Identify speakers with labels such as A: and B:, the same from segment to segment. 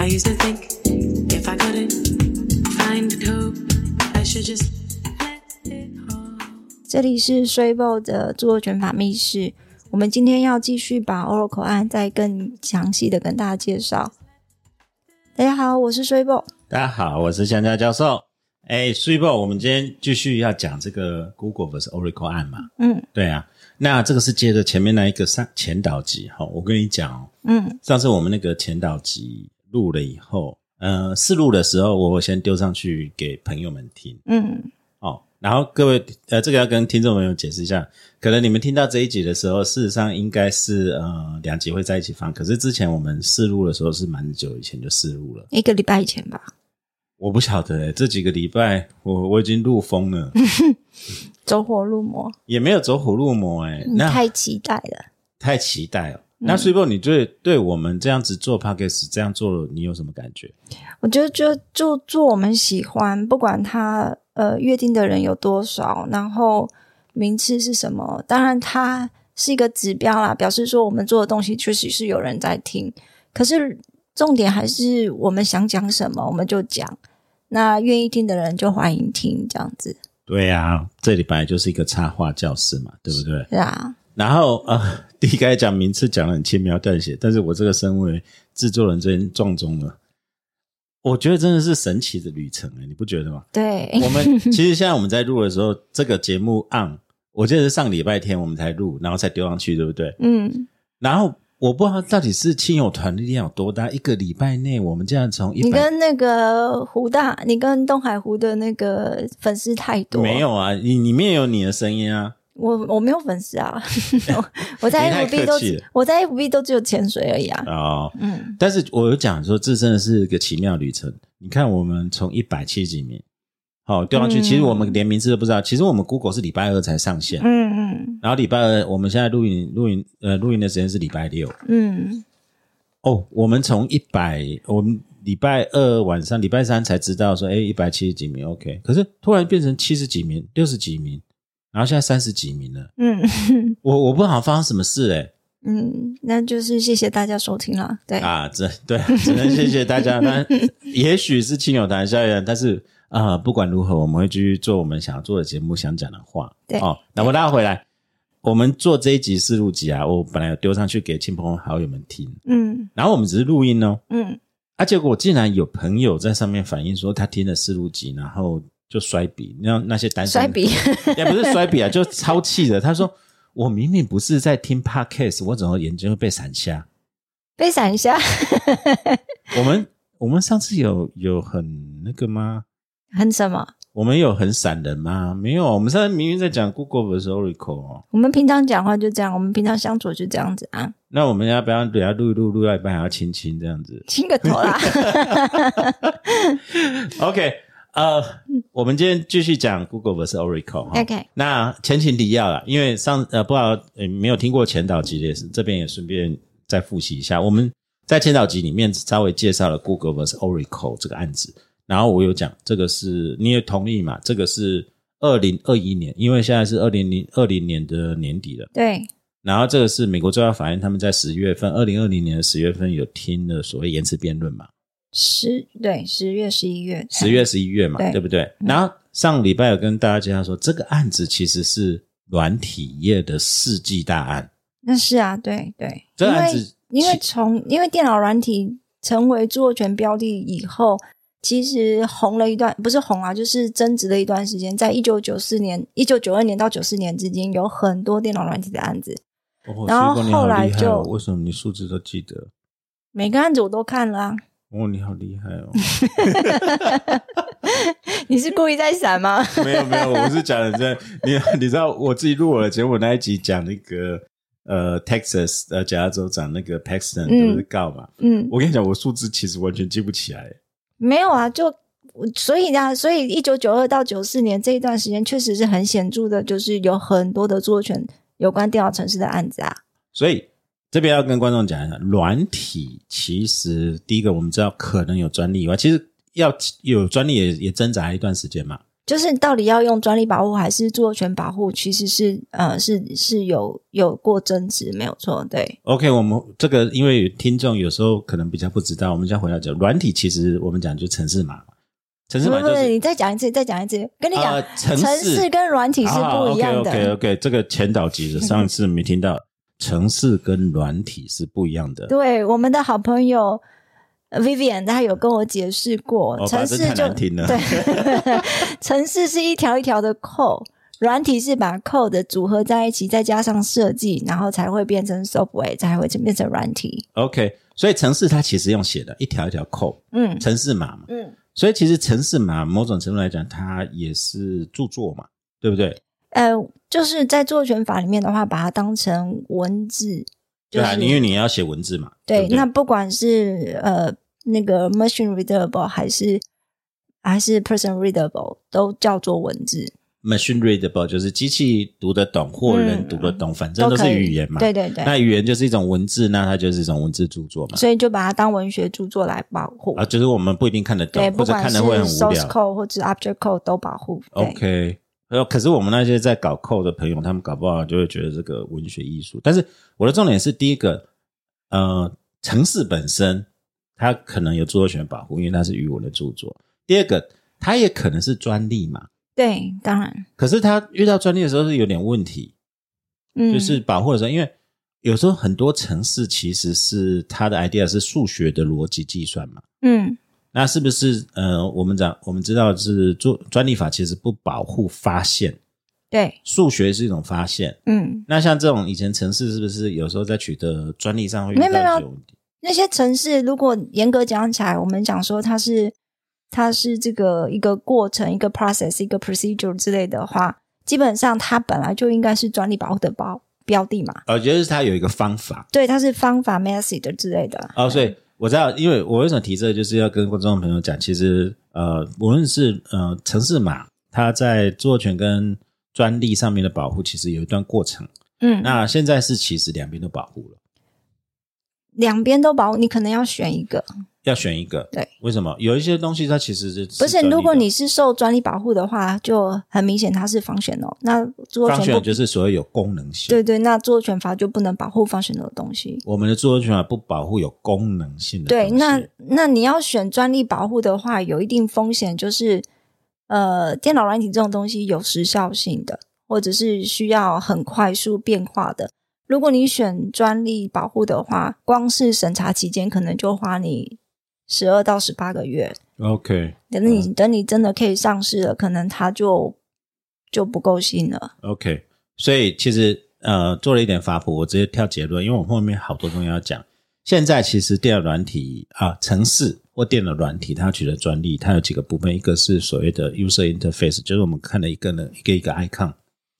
A: I used to think if I couldn't find hope, I should just let it all.
B: 这里是 s h a b o 的著作权法密室，我们今天要继续把 Oracle 案再更详细的跟大家介绍。大家好，我是 s h a b o
C: 大家好，我是香蕉教授。哎 s u p e 我们今天继续要讲这个 Google vs Oracle 案嘛？
B: 嗯
C: 对啊，那这个是接着前面那一个上前导集哈、我跟你讲哦，
B: 嗯
C: 上次我们那个前导集录了以后，呃，试录的时候，我先丢上去给朋友们听
B: 嗯，
C: 哦。然后各位，呃，这个要跟听众朋友解释一下，可能你们听到这一集的时候，事实上应该是呃两集会在一起放，可是之前我们试录的时候是蛮久以前就试录了。
B: 一个礼拜以前吧，
C: 我不晓得、欸、这几个礼拜我我已经录疯了，
B: 走火入魔，
C: 也没有走火入魔哎、
B: 你
C: 那
B: 嗯太期待了。
C: 太期待了。那 s u p e 你对对我们这样子做 podcast 这样做，你有什么感觉？
B: 我觉得就就做我们喜欢，不管他呃约定的人有多少，然后名次是什么，当然它是一个指标啦，表示说我们做的东西确实是有人在听。可是重点还是我们想讲什么我们就讲，那愿意听的人就欢迎听，这样子
C: 对啊，这礼拜就是一个插画教室嘛，对不对？
B: 是啊，
C: 然后呃，第一该讲名次讲的很轻描淡写，但是我这个身为制作人，真撞钟了。我觉得真的是神奇的旅程哎、你不觉得吗？
B: 对，
C: 我 们其实现在我们在录的时候，这个节目 on，我记得是上礼拜天我们才录，然后才丢上去，对不对？
B: 嗯，
C: 然后我不知道到底是亲友团力量有多大，一个礼拜内我们竟然从一
B: 你
C: 百
B: 跟那个湖大，你跟东海湖的那个粉丝太多，
C: 没有啊，你里面有你的声音啊，
B: 我我没有粉丝啊， 我我在
C: 你太
B: FB
C: 客
B: 都
C: 气
B: 只
C: 了
B: 我在 FB 都只有潜水而已啊。
C: 哦，
B: 嗯，
C: 但是我有讲说这真的是一个奇妙旅程。你看我们从一百七十几名，好、丢上去，
B: 嗯
C: 其实我们连名字都不知道，其实我们 Google 是礼拜二才上线。
B: 嗯
C: 然后礼拜二，我们现在录影录影呃录影的时间是礼拜六，
B: 嗯嗯，
C: 哦，我们从一百，我们礼拜二晚上、礼拜三才知道说，哎，一百七十几名，OK。可是突然变成七十几名、六十几名，然后现在三十几名了。
B: 嗯
C: 我我不好发生什么事哎、
B: 嗯，那就是谢谢大家收听啦。对，
C: 啊，这对，只能谢谢大家。 那也许是亲友谈笑员，但是啊、呃不管如何，我们会继续做我们想要做的节目、想讲的话。
B: 对
C: 哦，那我拉回来，我们做这一集试录集啊，我本来有丢上去给亲朋好友们听，
B: 嗯
C: 然后我们只是录音哦。
B: 嗯
C: 啊，结果竟然有朋友在上面反映说，他听了四录集，然后就摔笔，那那些单身
B: 甩笔
C: 也不是摔笔啊，就 超气的。他说：“我明明不是在听 podcast，我怎么眼睛会被闪瞎
B: 被闪一下，
C: 我们我们上次有有很那个吗？
B: 很什么？
C: 我们有很闪人吗？没有，啊我们上次明明在讲 Google vs Oracle 哦。
B: 我们平常讲话就这样，我们平常相处就这样子啊，
C: 那我们要不要等下录一录，录到一半还要亲亲这样子？
B: 亲个头 啦。
C: OK，呃，我们今天继续讲 Google vs Oracle 哈。
B: OK
C: 那前情提要啦，因为上呃不知道呃没有听过前导集的也是，这边也顺便再复习一下。我们在前导集里面稍微介绍了 Google vs Oracle 这个案子，然后我有讲这个是你也同意嘛？这个是二零二一年，因为现在是二零零二零年的年底了。
B: 对，
C: 然后这个是美国最高法院他们在十月份，二零二零年的十月份有听了所谓延迟辩论嘛？
B: 十对十月十一月
C: 十月、十一月嘛，
B: 对嗯
C: 对不对？然后上礼拜有跟大家介绍说，这个案子其实是软体业的世纪大案。
B: 那是啊，对对，
C: 这
B: 因为
C: 案子
B: 因为
C: 其
B: 从因为电脑软体成为著作权标的以后，其实红了一段，不是红啊，就是增值了一段时间。在一九九四年、一九九二年到九四年之间，有很多电脑软体的案子，
C: 哦
B: 然后
C: 西瓜你好厉害哦
B: 后来就
C: 为什么你数字都记得？
B: 每个案子我都看了啊。
C: 哦，你好厉害 哦！
B: 你是故意在闪吗？
C: 没有没有，我是讲的真。你你知道我自己录我的节目那一集讲那个呃 Texas 呃加州长那个 Paxton
B: 嗯
C: 不是告嘛？
B: 嗯，
C: 我跟你讲，我数字其实完全记不起来。
B: 没有啊，就。所以呢，所以一九九二到九四年这一段时间，确实是很显著的，就是有很多的著作权有关电脑城市的案子啊。
C: 所以这边要跟观众讲一下，软体其实第一个我们知道可能有专利以外，其实要有专利也也挣扎一段时间嘛。
B: 就是到底要用专利保护还是著作权保护，其实是呃是是有有过争执，没有错，对，
C: OK，我们这个因为听众有时候可能比较不知道，我们先回来讲软体，其实我们讲就城市码嘛，城市
B: 不
C: 码
B: 是不，
C: 就是是
B: 你再讲一次，再讲一次，跟你讲，
C: 呃城市
B: 市跟软体是不一样的，
C: OK OK，这个前导集的上次没听到，城市跟软体是不一样的。
B: 对，我们的好朋友呃 Vivian，他有跟我解释过，
C: 哦
B: 城市
C: 反正太
B: 就
C: 难听了
B: 对， 城市是一条一条的扣，软体是把扣的组合在一起，再加上设计，然后才会变成 Subway，才会变成软体。
C: OK，所以城市它其实用写的一条一条扣
B: 嗯
C: 城市码嘛，
B: 嗯，
C: 所以其实城市码某种程度来讲，它也是著作嘛，对不对？
B: 呃，就是在著作权法里面的话，把它当成文字，就
C: 对啊，
B: 是
C: 因为你要写文字嘛，
B: 对，
C: 不对
B: 那不管是呃那个 machine readable 还是还是 person readable，都叫做文字，
C: machine readable 就是机器读得懂或人读得懂，反正都
B: 嗯可
C: 是
B: 以
C: 语言嘛。
B: 对对对，
C: 那语言就是一种文字，那它就是一种文字著作嘛。
B: 所以就把它当文学著作来保护。
C: 啊，就是我们不一定看得懂
B: 对，，
C: 或
B: 不
C: 者
B: 管
C: 看
B: 是
C: 得会很无
B: source
C: 聊。
B: code 或者 object code 都保护。对
C: OK，呃，可是我们那些在搞扣的朋友，他们搞不好就会觉得这个文学艺术。但是我的重点是，第一个，呃，城市本身它可能有著作权保护，因为它是语文的著作。第二个，它也可能是专利嘛。
B: 对，当然，
C: 可是它遇到专利的时候是有点问题，
B: 嗯，
C: 就是保护的时候，因为有时候很多城市其实是它的 idea 是数学的逻辑计算嘛。
B: 嗯，
C: 那是不是呃，我们讲我们知道是做专利法其实不保护发现，
B: 对，
C: 数学是一种发现。
B: 嗯，
C: 那像这种以前城市是不是有时候在取得专利上会遇到
B: 没有没有
C: 这种问题？
B: 那些城市如果严格讲起来，我们讲说它是它是这个一个过程、一个 process、一个 procedure 之类的话，基本上它本来就应该是专利保护的包标的嘛。
C: 呃，就是它有一个方法
B: 对，它是方法 method 之类的。
C: 哦，所以我知道，因为我为什么提这个，就是要跟观众朋友讲，其实呃，无论是呃城市码，它在著作权跟专利上面的保护，其实有一段过程。
B: 嗯，
C: 那现在是其实两边都保护了，
B: 两边都保护，你可能要选一个。
C: 要选一个。
B: 对，
C: 为什么有一些东西它其实是
B: 不是
C: 专，利的
B: 如果你是受专利保护的话，就很明显它是防选哦。那著作
C: 方
B: 权
C: 选
B: 不，
C: 就是所谓有功能性。
B: 对对，那著作权法就不能保护防选的东西。
C: 我们的著作权法不保护有功能性的
B: 对，
C: 东西
B: 那那你要选专利保护的话，有一定风险，就是呃，电脑软体这种东西有时效性的，或者是需要很快速变化的。如果你选专利保护的话，光是审查期间可能就花你十二到十八个月，
C: OK
B: 等
C: 嗯
B: 你、等你真的可以上市了，可能它就就不够新了。
C: OK，所以其实呃做了一点法普，我直接跳结论，因为我后面好多东西要讲。现在其实电脑软体啊、城市或电脑软体，它取得专利，它有几个部分，一个是所谓的 user interface，就是我们看的一个呢一个一个 icon，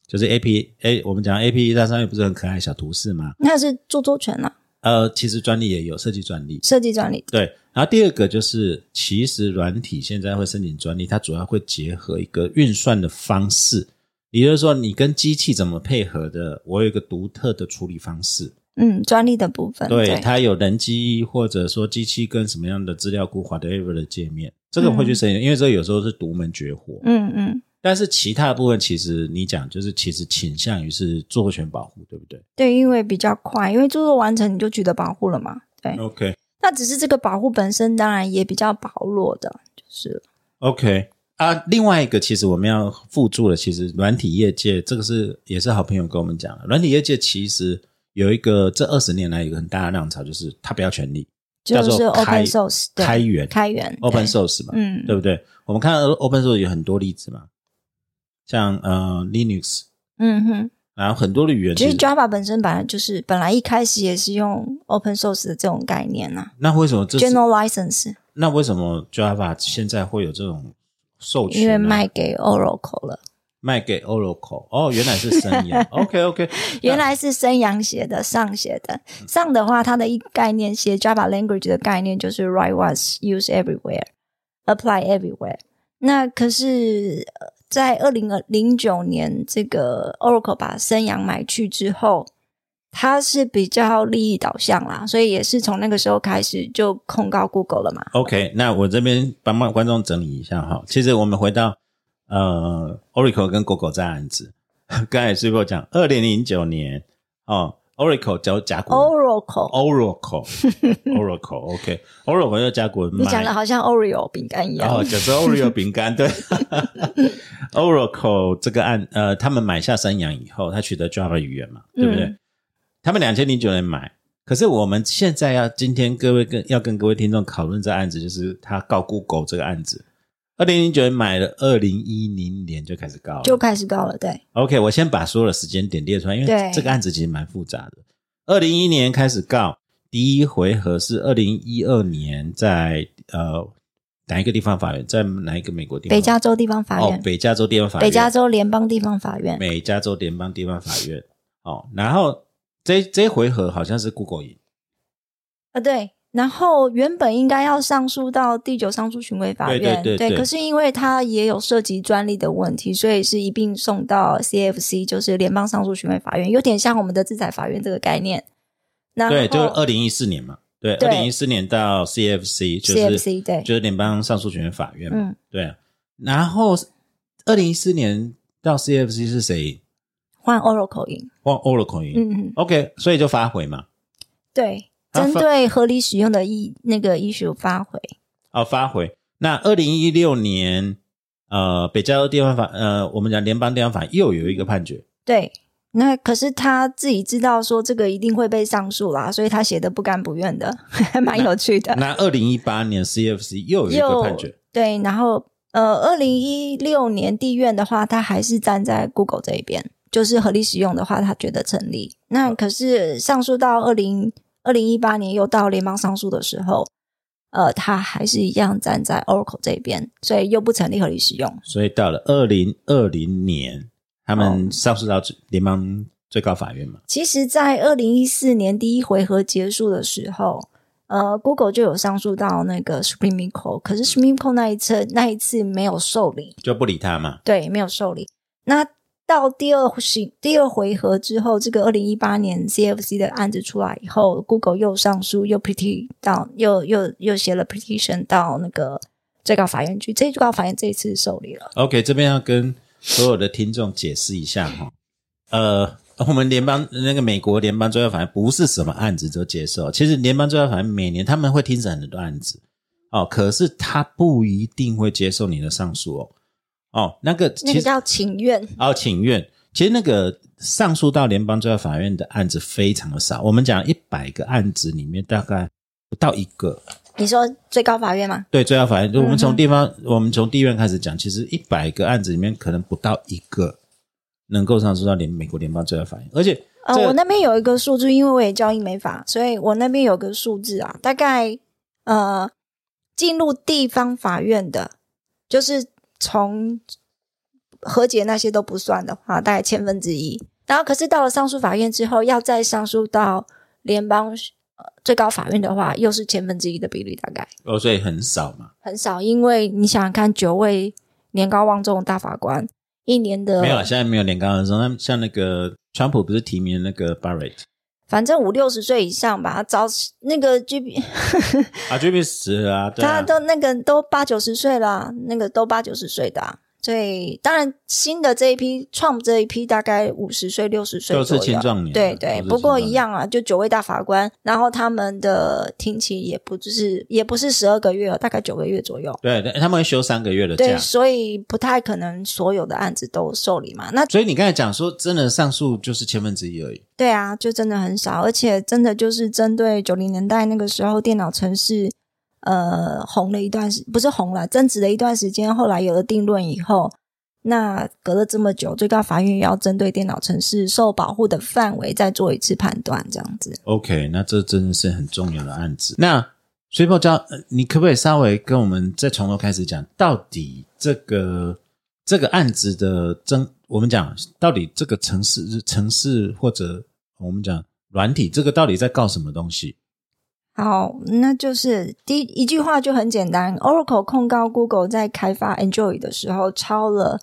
C: 就是 A P A，我们讲 A P E 它上面不是很可爱的小图示吗？
B: 那是著作权啦，
C: 呃，其实专利也有设计专利，
B: 设计专利。
C: 对，然后第二个就是，其实软体现在会申请专利，它主要会结合一个运算的方式，也就是说，你跟机器怎么配合的，我有一个独特的处理方式。
B: 嗯，专利的部分。
C: 对，它有人机或者说机器跟什么样的资料库 whatever 的界面，这个会去申请，因为这个有时候是独门绝活。
B: 嗯嗯，
C: 但是其他的部分，其实你讲就是其实倾向于是著作权保护，对不对
B: 对，因为比较快，因为著作完成你就取得保护了嘛。对，
C: ？OK
B: 那只是这个保护本身当然也比较薄弱的，就是了
C: OK 啊，另外一个其实我们要附注的，其实软体业界这个是也是好朋友跟我们讲的，软体业界其实有一个这二十年来有一个很大的浪潮，就是它不要权利，
B: 就
C: 叫
B: 是
C: 做
B: open
C: 开
B: source 对
C: 开源
B: 开源
C: open
B: 对
C: source 嘛，
B: 嗯，
C: 对不对？我们看到 open source 有很多例子嘛，像呃 Linux，
B: 嗯哼，
C: 然后很多的语言
B: 其实
C: 其实
B: Java 本身本来就是本来一开始也是用 open source 的这种概念呐、
C: 那为什么这是
B: general license
C: 那为什么 Java 现在会有这种授权、啊？
B: 因为卖给 Oracle 了，
C: 卖给 Oracle 哦，原来是生意啊 OK OK，
B: 原来是生阳写的，上写的。
C: 嗯
B: 上的话，它的一概念写 Java language 的概念就是 write once, use everywhere, apply everywhere。那可是，呃在二零零九年这个 Oracle 把生阳买去之后，它是比较利益导向啦，所以也是从那个时候开始就控告 Google 了嘛。
C: OK，那我这边帮帮观众整理一下哈。其实我们回到呃，Oracle 跟 Google 这案子， 刚才师傅讲，二零零九年哦，Oracle 叫甲骨文哦
B: Oracle，
C: Oracle，Oracle，OK，Oracle 叫甲骨文
B: 你讲的
C: 卖，
B: 好像 Oreo 饼干一
C: 然后
B: 样。
C: 哦就是 Oreo 饼 干，对，Oracle 这个案，呃，他们买下三洋以后，他取得 Java 语言嘛，对不对？
B: 嗯
C: 他们两千零九年买。可是我们现在要今天各位跟要跟各位听众讨论这案子，就是他告 Google 这个案子，二零零九年买了，二零一零年就开始告了，
B: 就开始告了，对，
C: OK，我先把所有的时间点列出来，因为
B: 对
C: 这个案子其实蛮复杂的。二零一一年开始告，第一回合是二零一二年在呃哪一个地方法院，在哪一个美国地方？
B: 北加州地方法
C: 哦
B: 院，，
C: 北加州地方法院，
B: 北加州联邦地方法院，
C: 美加州联邦地方法院。哦，然后这这一回合好像是 Google 赢，
B: 啊，对。然后原本应该要上诉到第九上诉巡回法
C: 对对
B: 院，
C: 对对
B: 可是因为它也有涉及专利的问题，所以是一并送到 CFC，就是联邦上诉巡回法院，有点像我们的制裁法院这个概念。然后
C: 对，就是二零一四年嘛，对，
B: 对
C: 二零一四年到 CFC 就是
B: CFC 对
C: 就是联邦上诉权法院嘛，
B: 嗯，
C: 对啊。然后二零一四年到 CFC 是谁赢？
B: 换 Oracle 赢，
C: 换 Oracle 赢。
B: 嗯嗯，
C: OK，所以就发回嘛，
B: 对，
C: 啊
B: 针
C: 发
B: 对合理使用的意那个 issue 发回，
C: 哦，发回。那二零一六年，呃，北加州地方法，呃，我们讲联邦地方法又有一个判决，
B: 对。那可是他自己知道说这个一定会被上诉啦，所以他写的不甘不愿的， 还蛮有趣的。
C: 那二零一八年 CFC 又有一个
B: 呃又
C: 判决，
B: 对，然后呃，二零一六年地院的话，他还是站在 Google 这一边，就是合理使用的话，他觉得成立。那可是上诉到二零二零一八年又到联邦上诉的时候，呃，他还是一样站在 Oracle 这边，所以又不成立合理使用。
C: 所以到了二零二零年，他
B: 哦
C: 们上诉到联邦最高法院嘛。
B: 其实，在二零一四年第一回合结束的时候，呃，Google 就有上诉到那个 Supreme Court，可是 Supreme Court 那一次那一次没有受理，
C: 就不理他嘛，
B: 对，没有受理。那到第二行第二回合之后，这个二零一八年 CFC 的案子出来以后，Google 又上诉，又 PT 到又又又写了 petition 到那个最高法院去。这最高法院这一次受理了，
C: OK，这边要跟所有的听众解释一下哈，呃，我们联邦那个美国联邦最高法院不是什么案子都接受，其实联邦最高法院每年他们会听审很多案子，哦，可是他不一定会接受你的上诉哦，哦，那个
B: 那
C: 其
B: 个
C: 实
B: 叫请愿，
C: 哦，请愿，其实那个上诉到联邦最高法院的案子非常的少，我们讲一百个案子里面大概不到一个
B: 你说最高法院吗？
C: 对，最高法院，就我们
B: 嗯
C: 从地方，我们从地院开始讲，其实一百个案子里面，可能不到一个能够上诉到联美国联邦最高法院，而且
B: 呃，
C: 这
B: 我那边有一个数字，因为我也教英美法，所以我那边有个数字啊，大概呃，进入地方法院的，就是从和解那些都不算的话，大概千分之一。然后，可是到了上诉法院之后，要再上诉到联邦、呃、最高法院的话，又是千分之一的比例，大概
C: 哦，所以很少嘛，
B: 很少，因为你想想看，九位年高望重的大法官一年的
C: 没有，现在没有联高的时候，那像那个川普不是提名那个 Barrett
B: 反正五六十岁以上吧，早那个 G B，
C: 啊 j b 死了啊，对
B: 他
C: 啊，
B: 都那个都八九十岁啦，那个都八九十岁的、啊，所以当然新的这一批创这一批大概五十岁六十岁
C: 都
B: 左
C: 是
B: 右，
C: 青壮年，
B: 对对，
C: 都是
B: 不过
C: 青壮年
B: 一，样啊，就九位大法官，然后他们的庭期也不就是也不是十二个月哦，大概九个月左右。
C: 对，对他们会休三个月的
B: 对，
C: 假。
B: 所以不太可能所有的案子都受理嘛。那
C: 所以你刚才讲说，真的上诉就是千分之一而已。
B: 对啊，就真的很少，而且真的就是针对九零年代那个时候电脑城市，呃，红了一段时，不是红了，争执了一段时间，后来有了定论以后，那隔了这么久，最高法院也要针对电脑城市受保护的范围再做一次判断，这样子。
C: OK，那这真的是很重要的案子。那水宝教，呃你可不可以稍微跟我们再从头开始讲，到底这个这个案子的争，我们讲到底这个城市城市或者我们讲软体，这个到底在告什么东西？
B: 好，那就是第一一句话就很简单，Oracle 控告 Google 在开发 Enjoy 的时候抄了。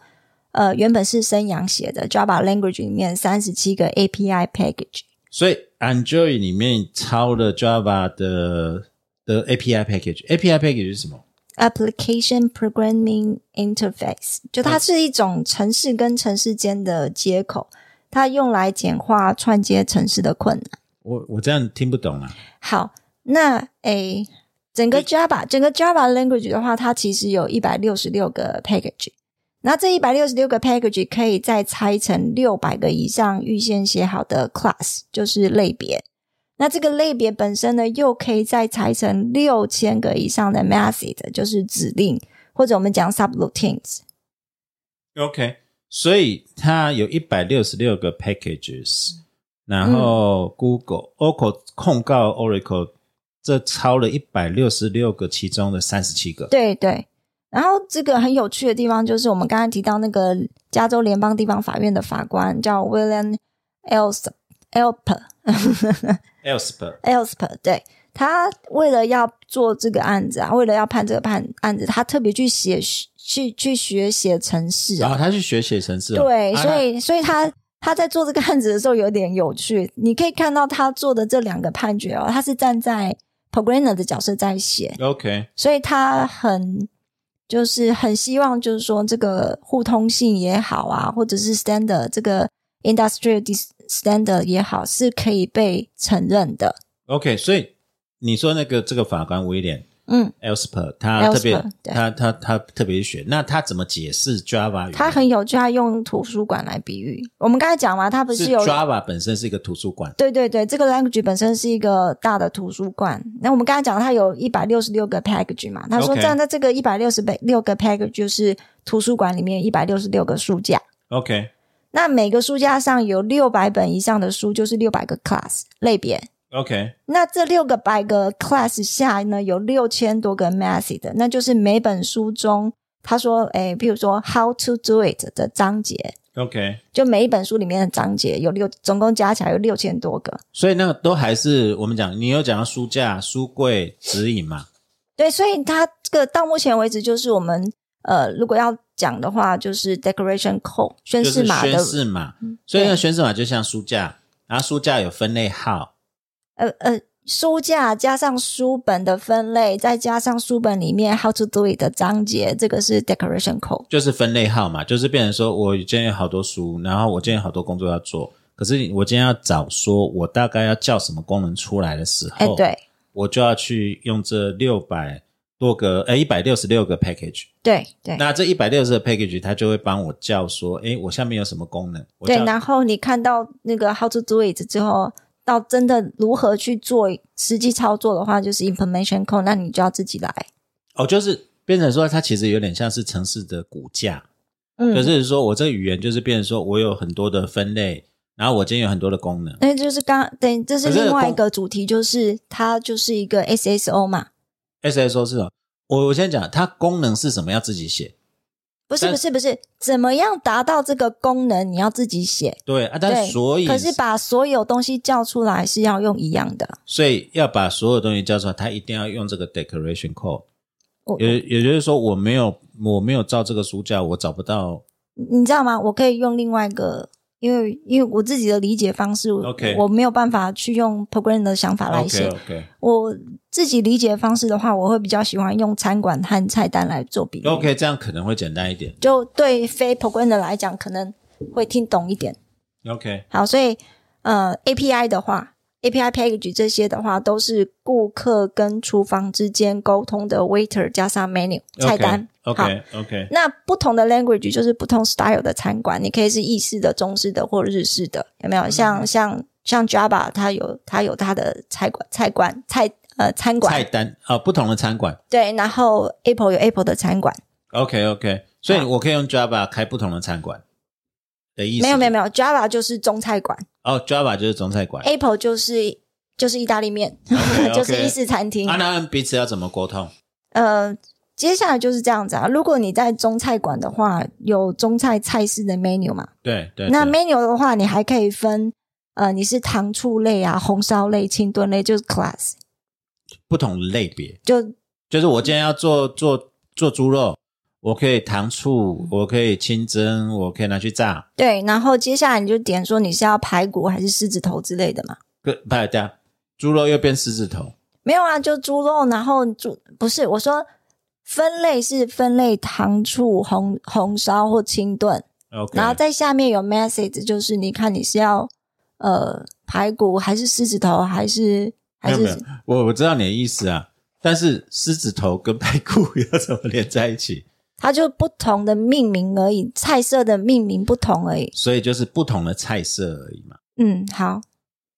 B: 呃，原本是生阳写的 Java language 里面三十七个 API package，
C: 所以 Android 里面抄了 Java 的的 API package，API package 是什么？
B: Application Programming Interface，就它是一种城市跟城市间的接口，它用来简化串接城市的困难。
C: 我我这样听不懂啊。
B: 好，那诶，整个 Java 整个 Java language 的话，它其实有一百六十六个 package。那这一百六十六个 package 可以再拆成六百个以上预先写好的 class，就是类别。那这个类别本身呢，又可以再拆成六千个以上的 message，就是指令，或者我们讲 subroutines。
C: OK，所以它有一百六十六个 packages，然后 Google、Oracle 控告 Oracle，这超了一百六十六个其中的三十七个。
B: 对对。然后这个很有趣的地方就是，我们刚才提到那个加州联邦地方法院的法官叫 William Els Elp
C: Elsper，
B: Elsp，对他为了要做这个案子啊，为了要判这个判案子，他特别去写去去学写程式
C: 然
B: 啊，
C: 后他去学写程式哦、
B: 对，
C: 啊
B: 所以所以他他在做这个案子的时候有点有趣，你可以看到他做的这两个判决哦，他是站在 programmer 的角色在写，
C: 那 OK，
B: 所以他很就是很希望，就是说这个互通性也好啊，或者是 standard 这个 industrial dis- standard 也好，是可以被承认的。
C: OK，所以你说那个这个法官威廉
B: 嗯，
C: Elsper，他特别
B: Elsper，对
C: 他他他特别去学，那他怎么解释 Java 语言？
B: 他很有趣，他用图书馆来比喻。我们刚才讲嘛，他不
C: 是
B: 是有
C: Java 本身是一个图书馆，
B: 对对对，这个 language 本身是一个大的图书馆。那我们刚才讲，它有一百六十六个 package 嘛，他说
C: OK
B: 站在这个一百六十六个 package 就是图书馆里面一百六十六个书架。
C: OK
B: 那每个书架上有六百本以上的书，就是六百个 class 类别。
C: OK
B: 那这六个百个 class 下呢，有六千多个 message 的，那就是每本书中，他说，诶，譬如说 How to do it 的章节，
C: OK，
B: 就每一本书里面的章节有六，总共加起来有六千多个。
C: 所以那个都还是我们讲，你有讲到书架、书柜、指引嘛？
B: 对，所以它这个到目前为止，就是我们呃，如果要讲的话，就是 decoration code 宣
C: 就是
B: 誓码的嗯
C: 宣，誓码，所以那
B: 对
C: 个宣誓码就像书架，然后书架有分类号，
B: 呃呃，书架加上书本的分类，再加上书本里面 how to do it 的章节，这个是 decoration code。
C: 就是分类号嘛，就是变成说我今天有好多书，然后我今天有好多工作要做，可是我今天要找说我大概要叫什么功能出来的时
B: 哎、
C: 候，，
B: 对
C: 我就要去用这六百多个，哎，一百六十六个 package。
B: 对对
C: 那这一百六十个 package，它就会帮我叫说，哎，我下面有什么功能？我
B: 对，
C: 叫
B: 然后你看到那个 how to do it 之后，到真的如何去做实际操作的话，就是 information code，那你就要自己来。
C: 哦，就是变成说，它其实有点像是城市的骨架，
B: 嗯，
C: 可是说我这个语言就是变成说我有很多的分类，然后我今天有很多的功能。
B: 那就是刚对，这是
C: 可是
B: 另外一
C: 公
B: 个主题，就是它就是一个 SSO 嘛，
C: SSO 是什么？我我先讲，它功能是什么要自己写，
B: 不是
C: 但
B: 不是不是，怎么样达到这个功能，你要自己写。
C: 对啊，但
B: 对，
C: 所以
B: 可是把所有东西叫出来是要用一样的。
C: 所以要把所有东西叫出来，它一定要用这个 decoration code。
B: 我
C: 也也就是说，我没有我没有照这个书架，我找不到。
B: 你知道吗？我可以用另外一个，因为因为我自己的理解方式
C: OK
B: 我没有办法去用 program 的想法来写。
C: OK OK
B: 我自己理解方式的话，我会比较喜欢用餐馆和菜单来做比喻。
C: OK，这样可能会简单一点。
B: 就对非 program 的来讲，可能会听懂一点。
C: OK
B: 好，所以呃，API 的话，API package 这些的话，都是顾客跟厨房之间沟通的 waiter 加上 menu 菜单。好，
C: OK OK
B: 那不同的 language 就是不同 style 的餐馆，你可以是意式的、中式的或日式的，有
C: 嗯
B: 没有？像像像 Java，它有它有它的菜馆、菜馆、菜呃餐
C: 菜
B: 馆，
C: 单啊、不同的餐馆。
B: 对，然后 Apple 有 Apple 的餐馆，
C: OK OK，所以我可以用 Java 开不同的餐馆的意思。
B: 没有没有没有，Java 就是中菜馆
C: 哦，Java 就是中菜馆。
B: ，Apple 就是就是意大利 面
C: OK，OK
B: 就是意式餐厅
C: 哎啊，那彼此要怎么沟通？
B: 呃，接下来就是这样子啊。如果你在中菜馆的话，有中菜菜式的 menu 嘛？
C: 对对，
B: 那
C: 对
B: menu 的话，你还可以分，呃，你是糖醋类啊、红烧类、清炖类，就是 class，
C: 不同类别，
B: 就
C: 就是我今天要做做做猪肉，我可以糖醋，我可以清蒸，我可以拿去炸。
B: 对。然后接下来你就点说你是要排骨还是狮子头之类的嘛？
C: 不不对啊，猪肉又变狮子头。
B: 没有啊，就猪肉，然后猪不是我说分类是分类糖醋、红红烧或清炖，
C: OK，
B: 然后在下面有 message，就是你看你是要呃排骨还是狮子头还是还
C: 没有没有
B: 是，
C: 我我知道你的意思啊，但是狮子头跟排骨 要怎么连在一起？
B: 它就不同的命名而已，菜色的命名不同而已。
C: 所以就是不同的菜色而已嘛。
B: 嗯，好。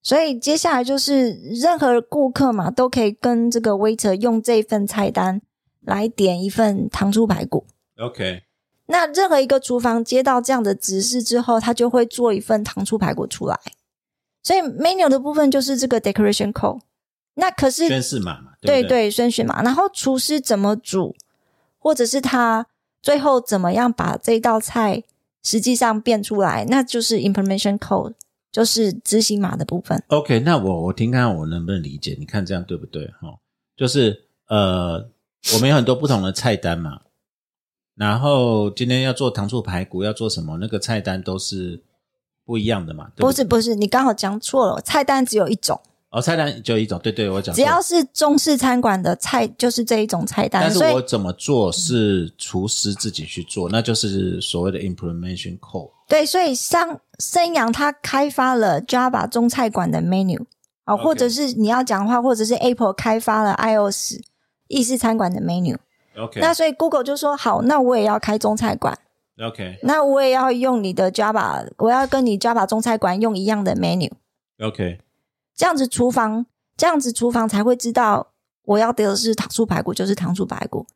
B: 所以接下来就是任何顾客嘛，都可以跟这个 waiter 用这份菜单来点一份糖醋排骨。
C: OK，
B: 那任何一个厨房接到这样的指示之后，他就会做一份糖醋排骨出来。所以 menu 的部分就是这个 decoration code。那可是
C: 宣誓码嘛，
B: 对
C: 不对？
B: 对，顺序嘛。然后厨师怎么煮，或者是他最后怎么样把这道菜实际上变出来，那就是 information code，就是执行码的部分。
C: OK，那我我听看我能不能理解，你看这样对不对？哈、就是呃，我们有很多不同的菜单嘛，然后今天要做糖醋排骨，要做什么，那个菜单都是不一样的嘛，对
B: 不
C: 对
B: 是不是，你刚好讲错了，菜单只有一种，
C: 哦，菜单就有一种，对对，我讲
B: 只
C: 错了
B: 要是中式餐馆的菜就是这一种菜单，
C: 但是
B: 所
C: 我
B: 以
C: 怎么做是厨师自己去做，那就是所谓的 implementation code。
B: 对，所以上生阳他开发了 Java 中菜馆的 menu 啊、
C: OK
B: 或者是你要讲话，或者是 Apple 开发了 iOS 意式餐馆的 menu。
C: OK
B: 那所以 Google 就说好，那我也要开中菜馆，
C: OK
B: 那我也要用你的 Java，我要跟你 Java 中菜馆用一样的 menu，
C: OK
B: 这样子厨房这样子厨房才会知道我要的是糖醋排骨，就是糖醋排骨。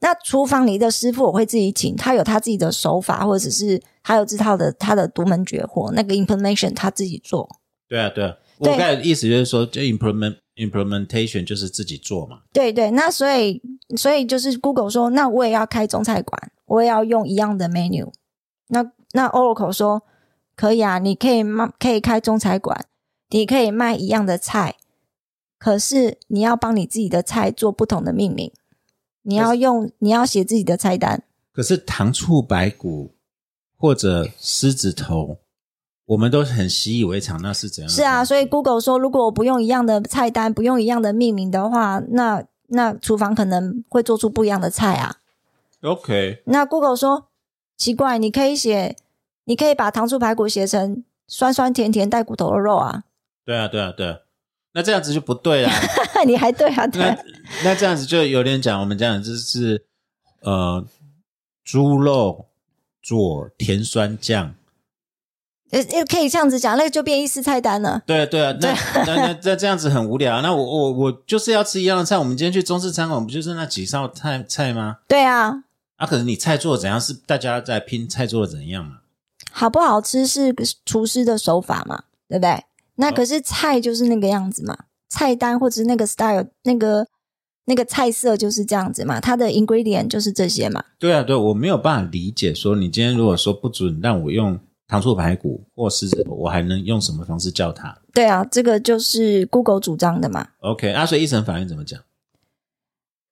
B: 那厨房里的师傅我会自己请，他有他自己的手法，或者是还有这套的他的独门绝活，那个 information 他自己做。
C: 对啊对啊，我
B: 对
C: 刚才的意思就是说，就 implement implementation 就是自己做嘛。
B: 对对，那所以所以就是 Google 说，那我也要开中菜馆，我也要用一样的 menu。那那 Oracle 说，可以啊，你可以卖，可以开中菜馆，你可以卖一样的菜，可是你要帮你自己的菜做不同的命名，你要用你要写自己的菜单。
C: 可是糖醋排骨或者狮子头，我们都很习以为常，那是怎样的
B: 是啊，
C: 东西
B: 所以 Google 说，如果我不用一样的菜单，不用一样的命名的话，那那厨房可能会做出不一样的菜啊。
C: OK
B: 那 Google 说奇怪，你可以写，你可以把糖醋排骨写成酸酸甜甜带骨头的肉啊，
C: 对啊对啊对啊，那这样子就不对啦。
B: 你还对啊，对
C: 那
B: 啊
C: 那这样子就有点讲，我们讲的就是呃，猪肉做甜酸酱。
B: 呃，呃可以这样子讲，那个就变意式菜单了。
C: 对啊对 啊，那那那那这样子很无聊啊。那我我我就是要吃一样的菜。我们今天去中式餐馆，不就是那几道菜菜吗？
B: 对啊，
C: 啊，可是你菜做的怎样，是大家在拼菜做的怎样嘛？
B: 好不好吃是厨师的手法嘛，对不对？那
C: 嗯
B: 可是菜就是那个样子嘛，菜单或者是那个 style 那个。那个菜色就是这样子嘛，它的 ingredient 就是这些嘛。
C: 对啊，对，我没有办法理解说，你今天如果说不准让我用糖醋排骨或狮子头，我还能用什么方式叫它
B: 对啊，这个就是 Google 主张的嘛。
C: ？OK，啊，所以一审法院怎么讲？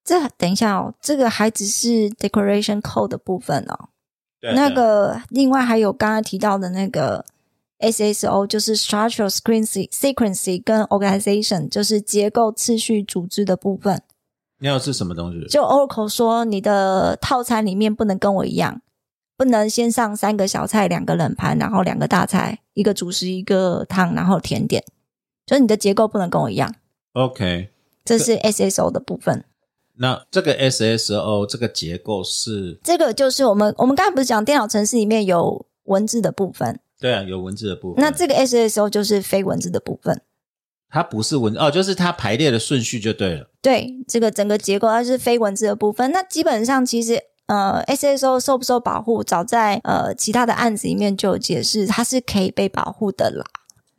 B: 这等一下哦，这个还只是 decoration code 的部分哦。
C: 对啊
B: 那
C: 对啊
B: 个另外还有刚刚提到的那个 SSO，就是 structural screen se- sequence 跟 organization，就是结构、次序、组织的部分。
C: 那又是什么东西？
B: 就 Oracle 说，你的套餐里面不能跟我一样，不能先上三个小菜、两个冷盘，然后两个大菜，一个主食、一个汤，然后甜点。就是你的结构不能跟我一样，
C: OK，
B: 这是 SSO 的部分。
C: 那这个 SSO 这个结构是，
B: 这个就是我们我们刚才不是讲电脑程式里面有文字的部分，
C: 对啊，有文字的部分。
B: 那这个 SSO 就是非文字的部分。
C: 它不是文哦，就是它排列的顺序就对了。
B: 对这个整个结构，它是非文字的部分。那基本上其实呃，SSO 受不受保护，早在呃其他的案子里面就有解释，它是可以被保护的啦。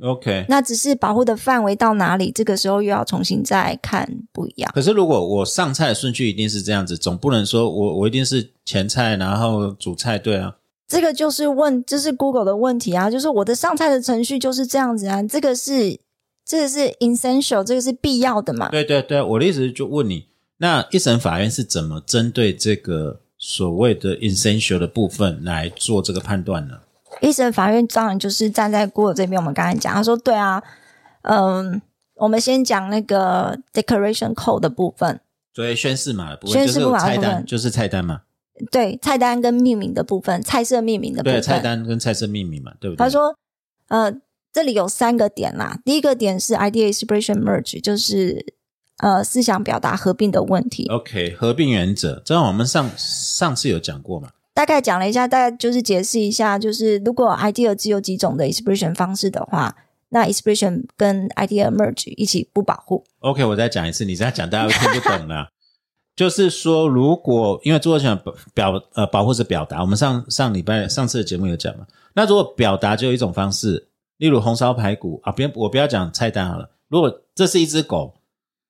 C: OK，
B: 那只是保护的范围到哪里，这个时候又要重新再看不一样。
C: 可是如果我上菜的顺序一定是这样子，总不能说我我一定是前菜，然后主菜，对啊。
B: 这个就是问，这是 Google 的问题啊，就是我的上菜的程序就是这样子啊，这个是这个是 essential，这个是必要的嘛？
C: 对对对，我的意思就问你，那一审法院是怎么针对这个所谓的 essential 的部分来做这个判断呢？
B: 一审法院当然就是站在 Google 这边，我们刚才讲，他说对啊，嗯，我们先讲那个 decoration code 的部分，
C: 所谓宣誓码的部分，
B: 宣誓
C: 就是有
B: 码的
C: 菜
B: 部
C: 单，
B: 分
C: 就是菜单嘛，
B: 啊对菜单跟命名的部分，菜色命名的部
C: 对，
B: 分。
C: 菜单跟菜色命名嘛，对不对？
B: 他说，呃，这里有三个点啦。第一个点是 idea expression merge，就是呃思想表达合并的问题。
C: OK 合并原则，这我们上上次有讲过嘛，
B: 大概讲了一下，大概就是解释一下，就是如果 idea 只有几种的 expression 方式的话，那 expression 跟 idea merge 一起不保护。
C: OK，我再讲一次，你再讲大家会听不懂了。 就是说，如果因为著作权保表呃保护是表达，我们上上礼拜上次的节目有讲嘛。那如果表达只有一种方式，例如红烧排骨啊，别我不要讲菜单好了。如果这是一只狗，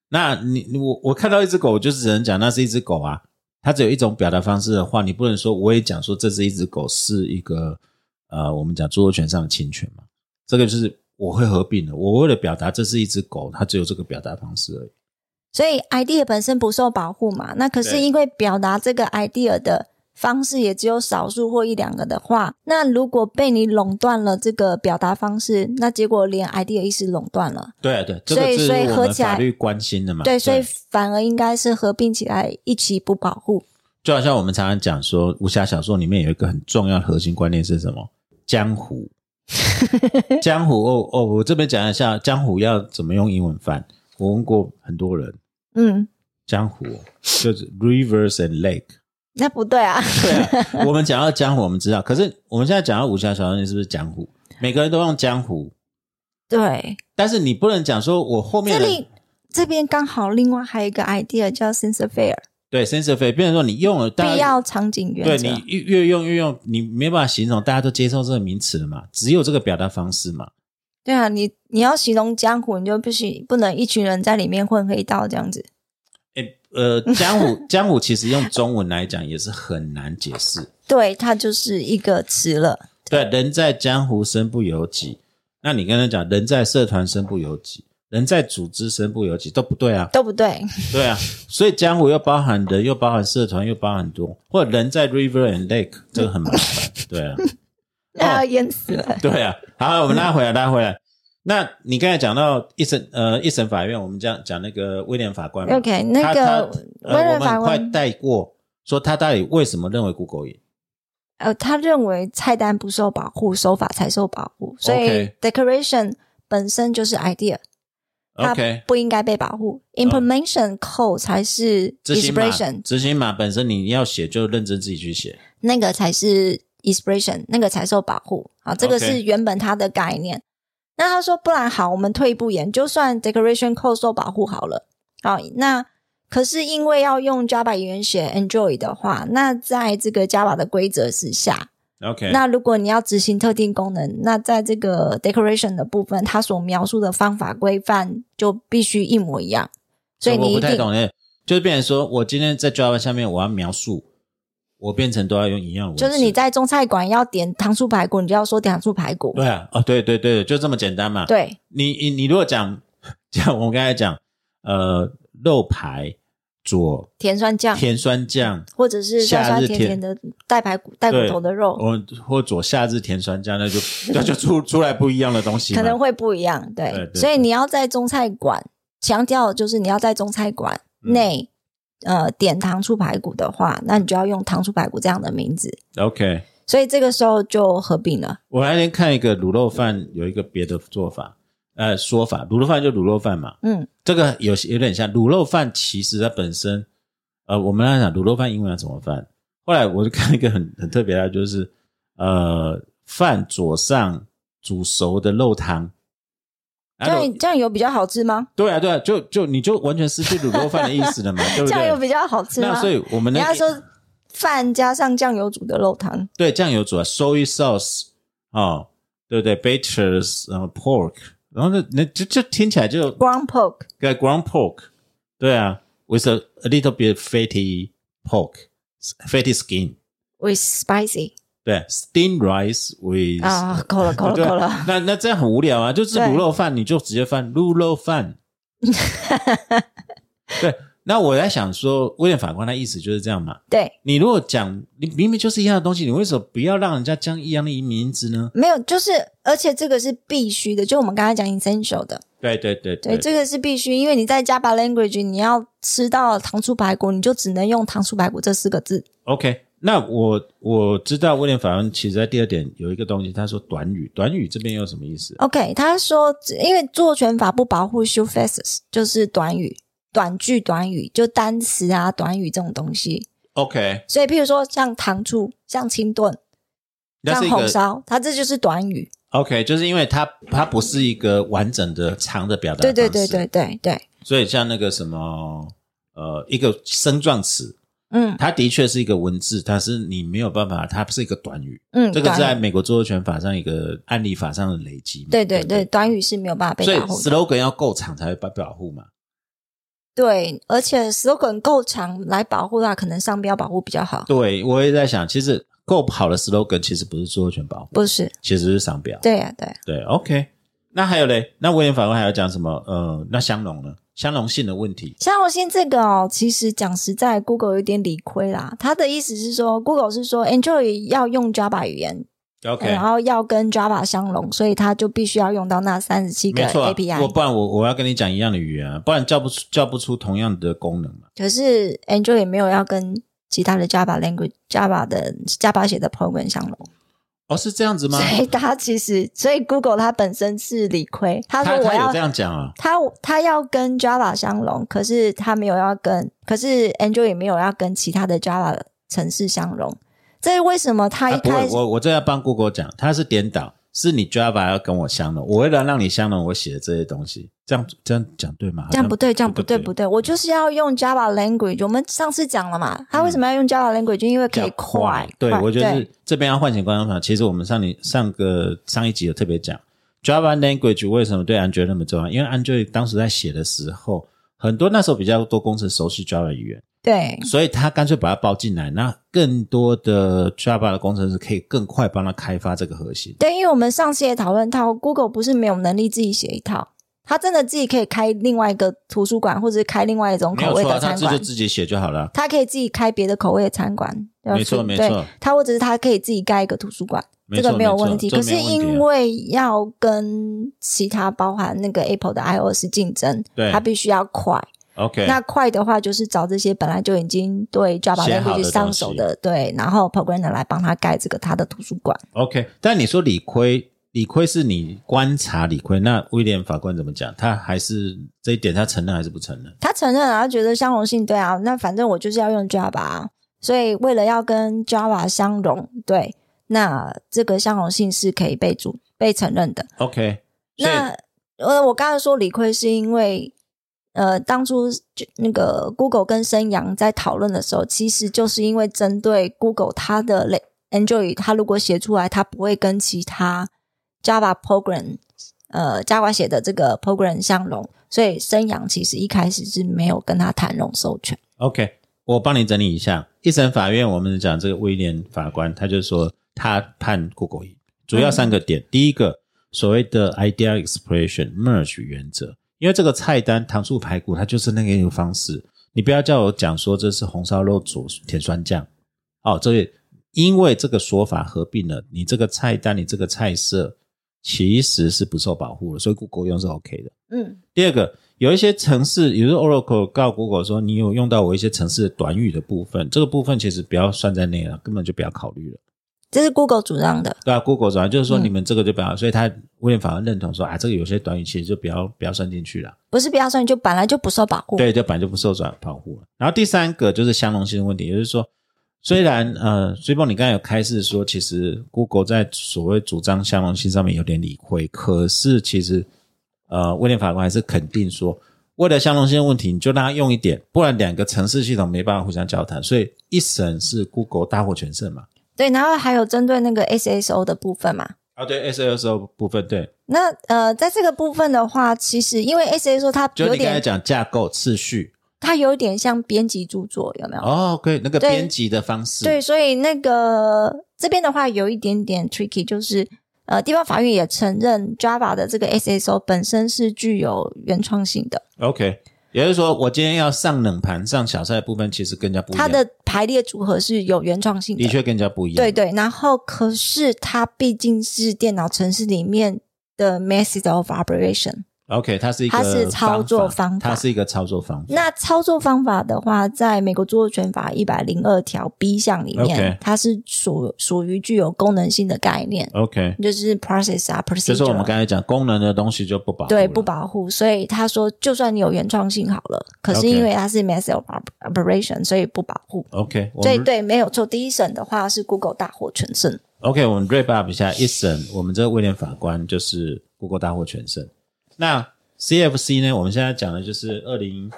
C: 那你我我看到一只狗，我就只能讲那是一只狗啊。它只有一种表达方式的话，你不能说我也讲说这是一只狗是一个呃我们讲著作权上的侵权嘛。这个就是我会合并的。我为了表达这是一只狗，它只有这个表达方式而已。
B: 所以 idea 本身不受保护嘛，那可是
C: 对
B: 因为表达这个 idea 的方式也只有少数或一两个的话，那如果被你垄断了这个表达方式，那结果连 idea 一起垄断了，
C: 对啊对，这
B: 所
C: 个
B: 以
C: 是
B: 所以
C: 我
B: 合
C: 们
B: 起来
C: 法律关心的嘛。
B: 对，所以反而应该是合并起来一起不保护。
C: 就好像我们常常讲说，武侠小说里面有一个很重要的核心观念是什么？江湖。江湖哦哦，我这边讲一下江湖要怎么用英文翻。我问过很多人，
B: 嗯，
C: 江湖哦就是 rivers and lake。
B: 那不对啊，
C: 对啊，我们讲到江湖，我们知道，可是我们现在讲到武侠小说，你是不是江湖？每个人都用江湖，
B: 对，
C: 但是你不能讲说我后
B: 这
C: 面的
B: 里这边刚好另外还有一个 idea 叫 sense of fair，
C: 对 sense of fair，变成说你用了大家
B: 必要场景原
C: 对
B: 则
C: 你。越越用越用，你没办法形容，大家都接受这个名词了嘛，只有这个表达方式嘛。
B: 对啊，你你要形容江湖，你就不行，不能一群人在里面混黑道这样子。
C: 诶，呃，江湖江湖其实用中文来讲也是很难解释。
B: 对，它就是一个词了。
C: 对，人在江湖身不由己。那你跟他讲，人在社团身不由己，人在组织身不由己，都不对啊。
B: 都不 对，
C: 对啊，所以江湖又包含人，又包含社团，又包含多，或者人在 river and lake，这个很麻烦。对啊。
B: 那要淹死 了。
C: 对啊，好，我们拉回
B: 嗯
C: 来，拉回来。那你刚才讲到一审呃一审法院，我们讲讲那个威廉法官嘛
B: OK，那
C: 嗯他
B: 个
C: 他呃
B: 威廉
C: 我们
B: 法
C: 很快
B: 官
C: 带过，说他到底为什么认为 Google 赢？
B: 呃，他认为菜单不受保护，手法才受保护，所以
C: OK
B: decoration 本身就是 idea，它
C: OK 嗯
B: 不应该被保护。implementation code 才是
C: 执行码
B: expression，
C: 执行码本身你要写就认真自己去写。
B: 那个才是 expression，那个才受保护。好，这个
C: OK
B: 是原本它的概念。那他说，不然好，我们退一步演，就算 decoration code 受保护好了。好，那可是因为要用 Java 语言写 enjoy 的话，那在这个 Java 的规则之下，
C: OK，
B: 那如果你要执行特定功能，那在这个 decoration 的部分，它所描述的方法规范就必须一模一样。所以
C: 我
B: 你
C: 不
B: 一
C: 太
B: 定
C: 懂诶，就是变成说我今天在 Java 下面我要描述，我变成都要用一样的文字，
B: 就是你在中菜馆要点糖醋排骨，你就要说糖醋排骨。
C: 对啊，哦对对对，就这么简单嘛。
B: 对，
C: 你你你如果讲像我刚才讲呃肉排佐
B: 甜酸酱，
C: 甜酸酱，
B: 或者是酸
C: 夏
B: 酸
C: 日
B: 甜
C: 甜
B: 甜的带排骨、带骨头的肉，
C: 我或左夏日甜酸酱，那就那就出出来不一样的东西嘛，
B: 可能会不一样。对，
C: 对对
B: 所以你要在中菜馆强调，就是你要在中菜馆
C: 嗯
B: 内、呃点糖醋排骨的话，那你就要用糖醋排骨这样的名字。
C: OK。
B: 所以这个时候就合并了。
C: 我那天看一个卤肉饭有一个别的做法，呃，说法，卤肉饭就卤肉饭嘛，
B: 嗯，
C: 这个有有点像卤肉饭，其实它本身，呃，我们来讲卤肉饭英文要怎么翻，后来我就看一个很 很特别的，就是呃，饭佐上煮熟的肉汤，
B: 这
C: 然后
B: 样这样有比较好吃吗？
C: 对啊对啊，就就你就完全失去卤肉饭的意思 了嘛，对不
B: 这样有
C: 对？
B: 比较好吃
C: 那
B: 吗？
C: 所以我们
B: 人家
C: 那
B: 说饭加上酱油煮的肉汤，
C: 对，酱油煮啊，soy sauce 哦，对不对？Baters，然后 pork，然后那那就就听起来就
B: ground pork，
C: g ground pork，对啊，with a, a little bit fatty pork，fatty skin，
B: with spicy
C: 对，steamed rice with
B: 啊，够了够了
C: 对啊
B: 够了。
C: 那那这样很无聊啊，就是
B: 对
C: 卤肉饭，你就直接翻卤肉饭。对，那我在想说，威廉法官的意思就是这样嘛？
B: 对，
C: 你如果讲你明明就是一样的东西，你为什么不要让人家将一样的移民字呢？
B: 没有，就是而且这个是必须的，就我们刚才讲 essential 的，
C: 对对对
B: 对，这个是必须，因为你在 Java language 你要吃到糖醋排骨，你就只能用糖醋排骨这四个字。
C: OK，那我我知道威廉法官其实在第二点有一个东西，他说短语，短语这边又有什么意思？啊
B: OK，他说，因为作权法不保护 s h o phrases，就是短语、短句、短语，就单词啊、短语这种东西。
C: OK，
B: 所以，譬如说像糖醋、像清炖、
C: 那是
B: 像
C: 一
B: 红
C: 个
B: 烧，它这就是短语。
C: OK，就是因为它它不是一个完整的长的表达
B: 对对
C: 方
B: 对
C: 式
B: 对对对，
C: 所以像那个什么呃一个升状词，
B: 嗯
C: 它的确是一个文字，但是你没有办法，它不是一个短语。
B: 嗯，
C: 这个
B: 短语
C: 在美国著作权法上一个案例法上的累积嘛。
B: 对对
C: 不
B: 对，短语是没有办法被
C: 所以
B: 保护的。
C: slogan 要够长才会被保护嘛。
B: 对，而且 slogan 够长来保护它，可能商标保护比较好。
C: 对，我也在想，其实够好的 slogan 其实不是著作权保护，
B: 不是，
C: 其实是商标。
B: 对呀、对、呀。啊
C: 对，OK。那还有嘞，那威廉法官还要讲什么？呃，那相容呢？相容性的问题。
B: 像我信这个哦，其实讲实在，Google 有点理亏啦。他的意思是说，Google 是说 Android 要用 Java 语言
C: OK，
B: 然后要跟 Java 相容，所以它就必须要用到那三十七个
C: 没错啊、我
B: API。
C: 不然我我要跟你讲一样的语言、啊，不然叫不出叫不出同样的功能嘛。
B: 可是 Android 也没有要跟其他的 Java language、Java 的 Java 写的 program 相容，
C: 哦，是这样子吗？
B: 所以它其实，所以 Google 它本身是理亏。他说
C: 他
B: 我
C: 他有
B: 要
C: 这样讲啊？
B: 他他要跟 Java 相容，可是他没有要跟，可是 Android 也没有要跟其他的 Java 城市相容。这是为什么他
C: 啊
B: 一
C: 不会
B: 开，始、
C: 我我这要帮 Google 讲，他是颠倒，是你 Java 要跟我相容，我为了让你相容我写的这些东西，这样这样讲对吗？
B: 这样不对，这样不对，
C: 不
B: 不对，我就是要用 Java language。我们上次讲了嘛，他为什么要用 Java language？、就因为可以
C: 嗯比较快
B: 快。
C: 对，
B: 快
C: 我觉得
B: 对
C: 是这边要唤醒观众朋友。其实我们上你上个上一集有特别讲 Java language 为什么对 Android 那么重要，因为 Android 当时在写的时候，很多那时候比较多公司熟悉 Java 语言。
B: 对
C: 所以他干脆把它包进来，那更多的 Java 的工程师可以更快帮他开发这个核心。
B: 对，因为我们上次也讨论到，Google 不是没有能力自己写一套，他真的自己可以开另外一个图书馆，或者是开另外一种
C: 没
B: 口
C: 有
B: 味
C: 错啊，
B: 的
C: 他
B: 餐
C: 这就
B: 馆。
C: 自己写就好了。
B: 他可以自己开别的口味的餐馆，
C: 没错
B: 对
C: 没错
B: 他或者是他可以自己盖一个图书馆，
C: 没
B: 这
C: 错
B: 个没有问题。
C: 没错
B: 可
C: 这
B: 是
C: 没有问题啊
B: 因为要跟其他包含那个 Apple 的 iOS 竞争，
C: 对
B: 它必须要快。
C: OK，
B: 那快的话，就是找这些本来就已经对 Java
C: 写好的
B: language 上手的，对，然后 programmer 来帮他盖这个他的图书馆。
C: OK，但你说理亏，理亏是你观察理亏，那威廉法官怎么讲？他还是这一点，他承认还是不承认？
B: 他承认啊，他觉得相容性对啊，那反正我就是要用 Java，啊所以为了要跟 Java 相容，对，那这个相容性是可以被主被承认的。
C: OK，所以
B: 那呃，我刚才说理亏是因为，呃，当初就那个 Google 跟升阳在讨论的时候，其实就是因为针对 Google 它的类 Android，它如果写出来，它不会跟其他 Java program 呃 Java 写的这个 program 相容，所以升阳其实一开始是没有跟他谈拢授权。
C: OK，我帮你整理一下。一审法院我们讲这个威廉法官，他就说他判 Google 赢，主要三个点。第一个，所谓的 idea expression merge 原则，因为这个菜单糖醋排骨它就是那个一个方式，你不要叫我讲说这是红烧肉煮甜酸酱，哦，这个因为这个说法合并了，你这个菜单，你这个菜色其实是不受保护的，所以 Google 用是 OK 的。
B: 嗯，
C: 第二个，有一些城市，比如说 Oracle 告 Google 说你有用到我一些城市的短语的部分，这个部分其实不要算在内了，根本就不要考虑了。
B: 这是 Google 主张的。
C: 对啊，Google 主要就是说
B: 嗯
C: 你们这个就不要，所以他威廉反而认同说啊，这个有些短语其实就不要不要算进去了。
B: 不是必要算，就本来就不受保护。
C: 对，就本来就不受转保护了。然后第三个就是相容性的问题，也就是说，虽然呃，追梦你刚才有开示说，其实 Google 在所谓主张相容性上面有点理亏，可是其实呃，威廉法官还是肯定说，为了相容性的问题，你就让它用一点，不然两个城市系统没办法互相交谈，所以一审是 Google 大获全胜嘛。
B: 对，然后还有针对那个 SSO 的部分嘛，
C: 啊，对 S L S O 部分，对，
B: 那呃，在这个部分的话，其实因为 S A 说它
C: 就
B: 有
C: 你刚才
B: 点，
C: 讲架构次序，
B: 它有点像编辑著作，有没有？
C: 哦，可以那个
B: 对
C: 编辑的方式，
B: 对，所以那个这边的话有一点点 tricky，就是呃，地方法院也承认 Java 的这个 S S O 本身是具有原创性的，
C: ，OK，也就是说，我今天要上冷盘、上小菜的部分，其实更加不一样。
B: 它的排列组合是有原创性
C: 的确更加不一样。
B: 对对，然后可是它毕竟是电脑程式里面的 method of operation。
C: OK，它是一个
B: 它是操作
C: 方
B: 方法
C: 它是一个操作方法。
B: 那操作方法的话，在美国著作权法一百零二条 B 项里面
C: OK
B: 它是属属于具有功能性的概念，
C: OK，
B: 就是 process 啊，procedure，
C: 就是我们刚才讲功能的东西就不保护
B: 对
C: 了
B: 不保护。所以他说，就算你有原创性好了，可是
C: OK
B: 因为它是 massive op- operation，所以不保护。
C: OK，我
B: 所以
C: 们
B: 对，没有错。第一审的话是 Google 大获全胜，
C: OK，我们 wrap up 一下一审，我们这个威廉法官就是 Google 大获全胜。那 CFC 呢？我们现在讲的就是二零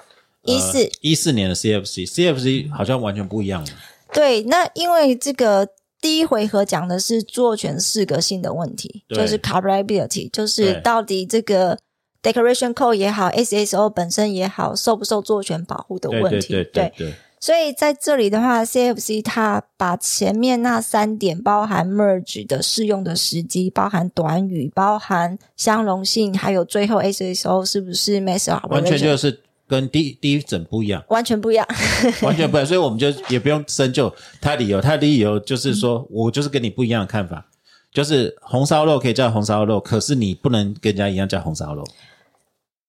C: 呃
B: 14
C: 一四年的 CFC，CFC 好像完全不一样了。
B: 对，那因为这个第一回合讲的是著作权适格性的问题，
C: 对
B: 就是 copyrightability，就是
C: 对
B: 到底这个 declaration code 也好，SSO 本身也好，受不受著作权保护的
C: 对
B: 问
C: 对
B: 题。
C: 对对对，
B: 所以在这里的话，CFC 它把前面那三点，包含 merge 的适用的时机，包含短语，包含相容性，还有最后 SSO 是不是 mass operation，
C: 完全就是跟第第一审不一样。
B: 完全不一样。
C: 完全不一样，所以我们就也不用深究他理由。他理由就是说，我就是跟你不一样的看法，就是红烧肉可以叫红烧肉，可是你不能跟人家一样叫红烧肉，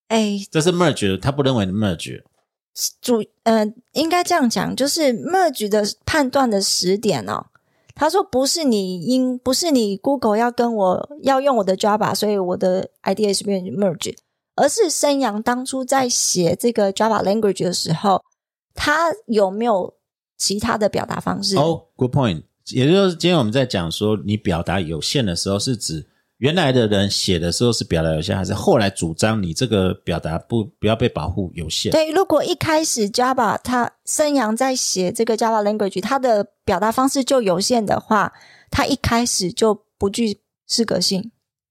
B: 哎，
C: 这是 merge，他不认为的 merge。
B: 主呃，应该这样讲，就是 merge 的判断的时点哦。他说不是你因不是你 Google 要跟我要用我的 Java，所以我的 IDE 是变 merge，而是生阳当初在写这个 Java language 的时候，他有没有其他的表达方式？
C: 哦、g o o d point。也就是今天我们在讲说，你表达有限的时候，是指原来的人写的时候是表达有限，还是后来主张你这个表达不不要被保护有限？
B: 对，如果一开始 Java 它生阳在写这个 Java language，它的表达方式就有限的话，它一开始就不具适格性。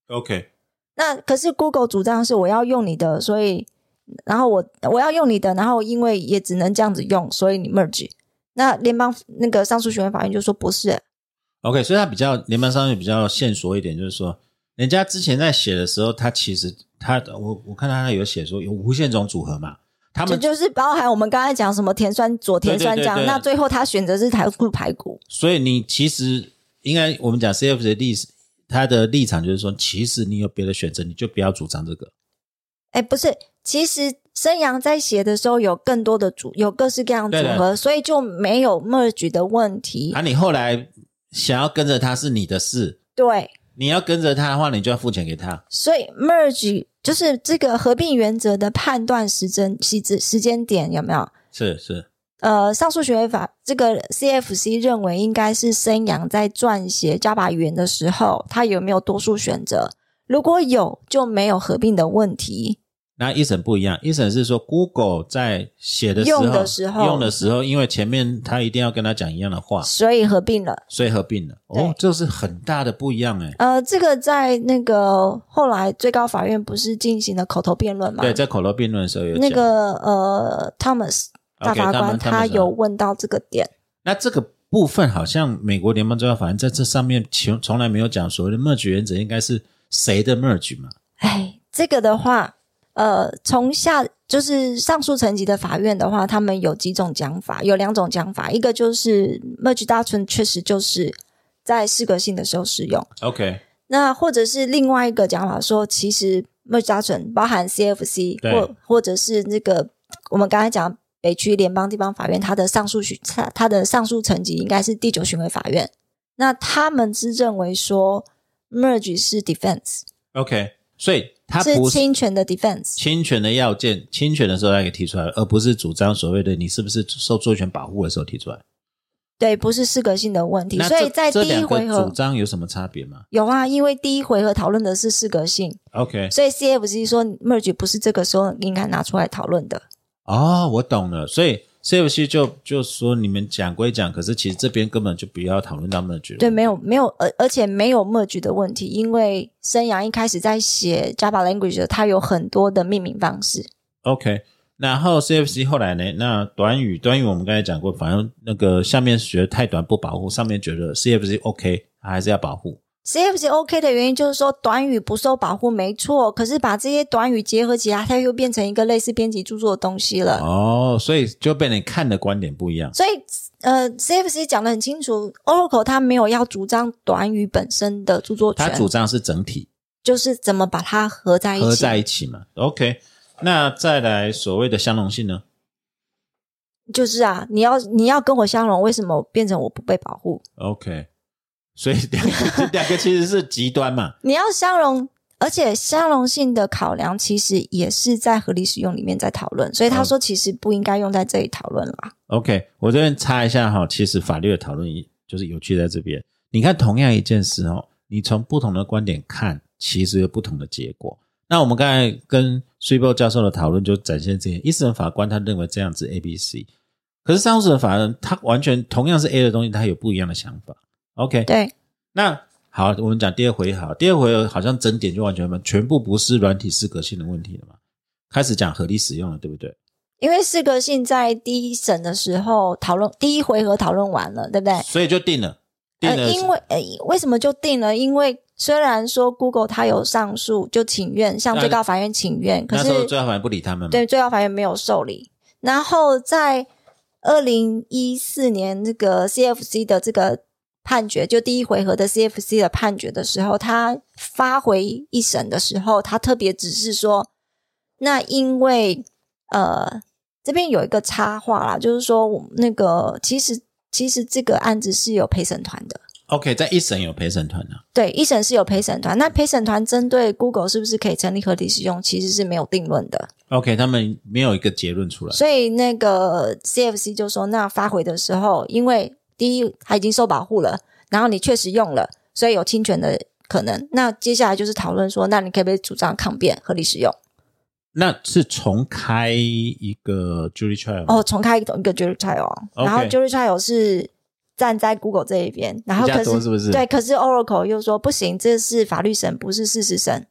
C: OK，
B: 那可是 Google 主张是我要用你的，所以然后我我要用你的，然后因为也只能这样子用，所以你 merge。那联邦那个上诉巡回法院就说不是，
C: OK，所以他比较联邦商业比较线索一点，就是说，人家之前在写的时候，他其实他我我看到他有写说有无限种组合嘛，他
B: 这
C: 们
B: 就是包含我们刚才讲什么甜酸左甜酸
C: 对对
B: 酱，
C: 对对
B: 那最后他选择是台骨排骨，
C: 所以你其实应该我们讲 CF 的立他的立场就是说，其实你有别的选择，你就不要主张这个。
B: 哎，不是，其实生阳在写的时候有更多的组，有各式各样的
C: 对的
B: 组合，所以就没有 merge 的问题。
C: 啊，你后来想要跟着他是你的事，
B: 对，
C: 你要跟着他的话，你就要付钱给他。
B: 所以 merge 就是这个合并原则的判断时针时间时间点有没有？
C: 是是
B: 呃，上诉学会法这个 CFC 认为应该是生阳在撰写 Java 语言的时候，他有没有多数选择？如果有，就没有合并的问题。
C: 那一审不一样，一审是说 Google 在写的时候，
B: 用的时候
C: 用的时候因为前面他一定要跟他讲一样的话，
B: 所以合并了。
C: 所以合并了。
B: 对
C: 哦，这是很大的不一样哎。
B: 呃，这个在那个后来最高法院不是进行了口头辩论吗？
C: 对，在口头辩论的时候有讲
B: 那个呃，Thomas 大
C: OK，
B: 法
C: 他
B: 官
C: 们嗯
B: 他
C: 们是
B: 有问到这个点。
C: 那这个部分好像美国联邦最高法院在这上面从从来没有讲所谓的 merge 原则应该是谁的 merge 嘛？
B: 哎，这个的话，呃，从下就是上诉层级的法院的话，他们有几种讲法，有两种讲法，一个就是 merge 大纯确实就是在适格性的时候适用，
C: OK，
B: 那或者是另外一个讲法说，其实 merge 大纯包含 CFC
C: 对
B: 或或者是那个我们刚才讲。北区联邦地方法院，它的上诉巡，它它的上诉层级应该是第九巡回法院。那他们是认为说，merge 是 defense，
C: OK，所以他
B: 嗯是
C: 不是
B: 侵权的 defense。
C: 侵权的要件，侵权的时候他给提出来，而不是主张所谓的你是不是受著作权保护的时候提出来。
B: 对，不是适格性的问题，
C: 那
B: 所以
C: 这
B: 在
C: 这
B: 第一
C: 两个
B: 回合
C: 主张有什么差别吗
B: 有啊，因为第一回合讨论的是适格性，
C: ？OK，
B: 所以 CFC 说 merge 不是这个时候应该拿出来讨论的。
C: 哦，我懂了，所以 CFC 就就说你们讲归讲，可是其实这边根本就不要讨论到 merge 了。
B: 对，没有没有，而而且没有 merge 的问题，因为生阳一开始在写 Java language 的，它有很多的命名方式。
C: OK，然后 CFC 后来呢？那短语短语我们刚才讲过，反正那个下面觉得太短不保护，上面觉得 CFC OK，它还是要保护。
B: CFC OK 的原因就是说短语不受保护，没错。可是把这些短语结合起来，它又变成一个类似编辑著作的东西了。
C: 哦，所以就被你看的观点不一样。
B: 所以，呃，CFC 讲的很清楚，Oracle 它没有要主张短语本身的著作
C: 他
B: 权，
C: 主张是整体
B: 就是怎么把它合在一起。
C: 合在一起嘛。OK，那再来所谓的相容性呢？
B: 就是啊，你要你要跟我相容，为什么变成我不被保护？
C: OK，所以两个 两个其实是极端嘛。
B: 你要相容，而且相容性的考量其实也是在合理使用里面在讨论，所
C: 嗯
B: 以他说其实不应该用在这里讨论啦。
C: OK，我这边插一下哈，其实法律的讨论就是有趣在这边。你看，同样一件事哦，你从不同的观点看，其实有不同的结果。那我们刚才跟 s u b o 教授的讨论就展现这些，一审法官他认为这样子 A、B、C，可是上诉的法人他完全同样是 A 的东西，他有不一样的想法。OK，
B: 对，
C: 那好，我们讲第二回合好，第二回合好像整点就完全没，全部不是软体适格性的问题了嘛，开始讲合理使用了，对不对？
B: 因为适格性在第一审的时候讨论，第一回合讨论完了，对不对？
C: 所以就定了，定了
B: 呃，
C: 是，
B: 因为呃，为什么就定了？因为虽然说 Google 它有上诉，就请愿向
C: 那
B: 最高法院请愿，可
C: 那时候最
B: 是
C: 高法院不理他们嘛，
B: 对最高法院没有受理。然后在二零一四年这个 CFC 的这个判决，就第一回合的 CFC 的判决的时候，他发回一审的时候，他特别指示说，那因为呃这边有一个插话啦，就是说我们那个其实其实这个案子是有陪审团的。
C: OK，在一审有陪审团啊，
B: 对，一审是有陪审团，那陪审团针对 Google 是不是可以成立合理使用，其实是没有定论的。
C: OK，他们没有一个结论出来。
B: 所以那个 CFC 就说，那发回的时候，因为第一它已经受保护了，然后你确实用了，所以有侵权的可能。那接下来就是讨论说，那你可不可以主张抗辩合理使用？
C: 那是重开一个 jury trial 吗
B: 哦，重开一个一个 jury trial，、
C: OK
B: 然后 jury trial 是站在 Google 这一边，然后
C: 比较
B: 可
C: 多
B: 是
C: 是不是
B: 对，可是 Oracle 又说不行，这是法律审，不是事实审。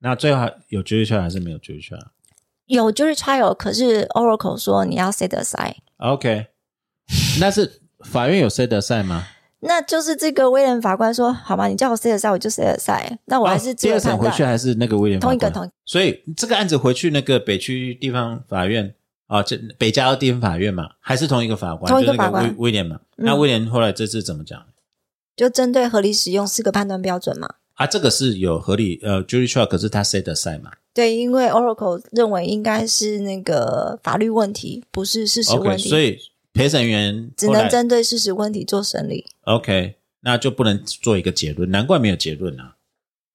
C: 那最后还有 jury trial 还是没有 jury trial？
B: 有 jury trial，可是 Oracle 说你要 set aside，
C: OK，那是法院有 set aside 吗？
B: 那就是这个威廉法官说，好吗？你叫我 set aside，我就 set aside，那我还是
C: 哦
B: 自
C: 第
B: 由
C: 二
B: 判
C: 审回
B: 断。
C: 去还是那个威廉法
B: 同一个
C: 官
B: 同一个
C: 所以这个案子回去那个北区地方法院啊，这北加州地方法院嘛，还是同一个法官，
B: 同一个
C: 就那
B: 法官
C: 威威廉嘛。
B: 嗯
C: 那威廉后来这次怎么讲？
B: 就针对合理使用四个判断标准嘛。
C: 啊，这个是有合理呃 jury trial，可是他 set aside 嘛。
B: 对，因为 Oracle 认为应该是那个法律问题，不是事实
C: OK，
B: 问题
C: 所以陪审员
B: 只
C: 后来
B: 能针对事实问题做审理。
C: OK，那就不能做一个结论，难怪没有结论啊。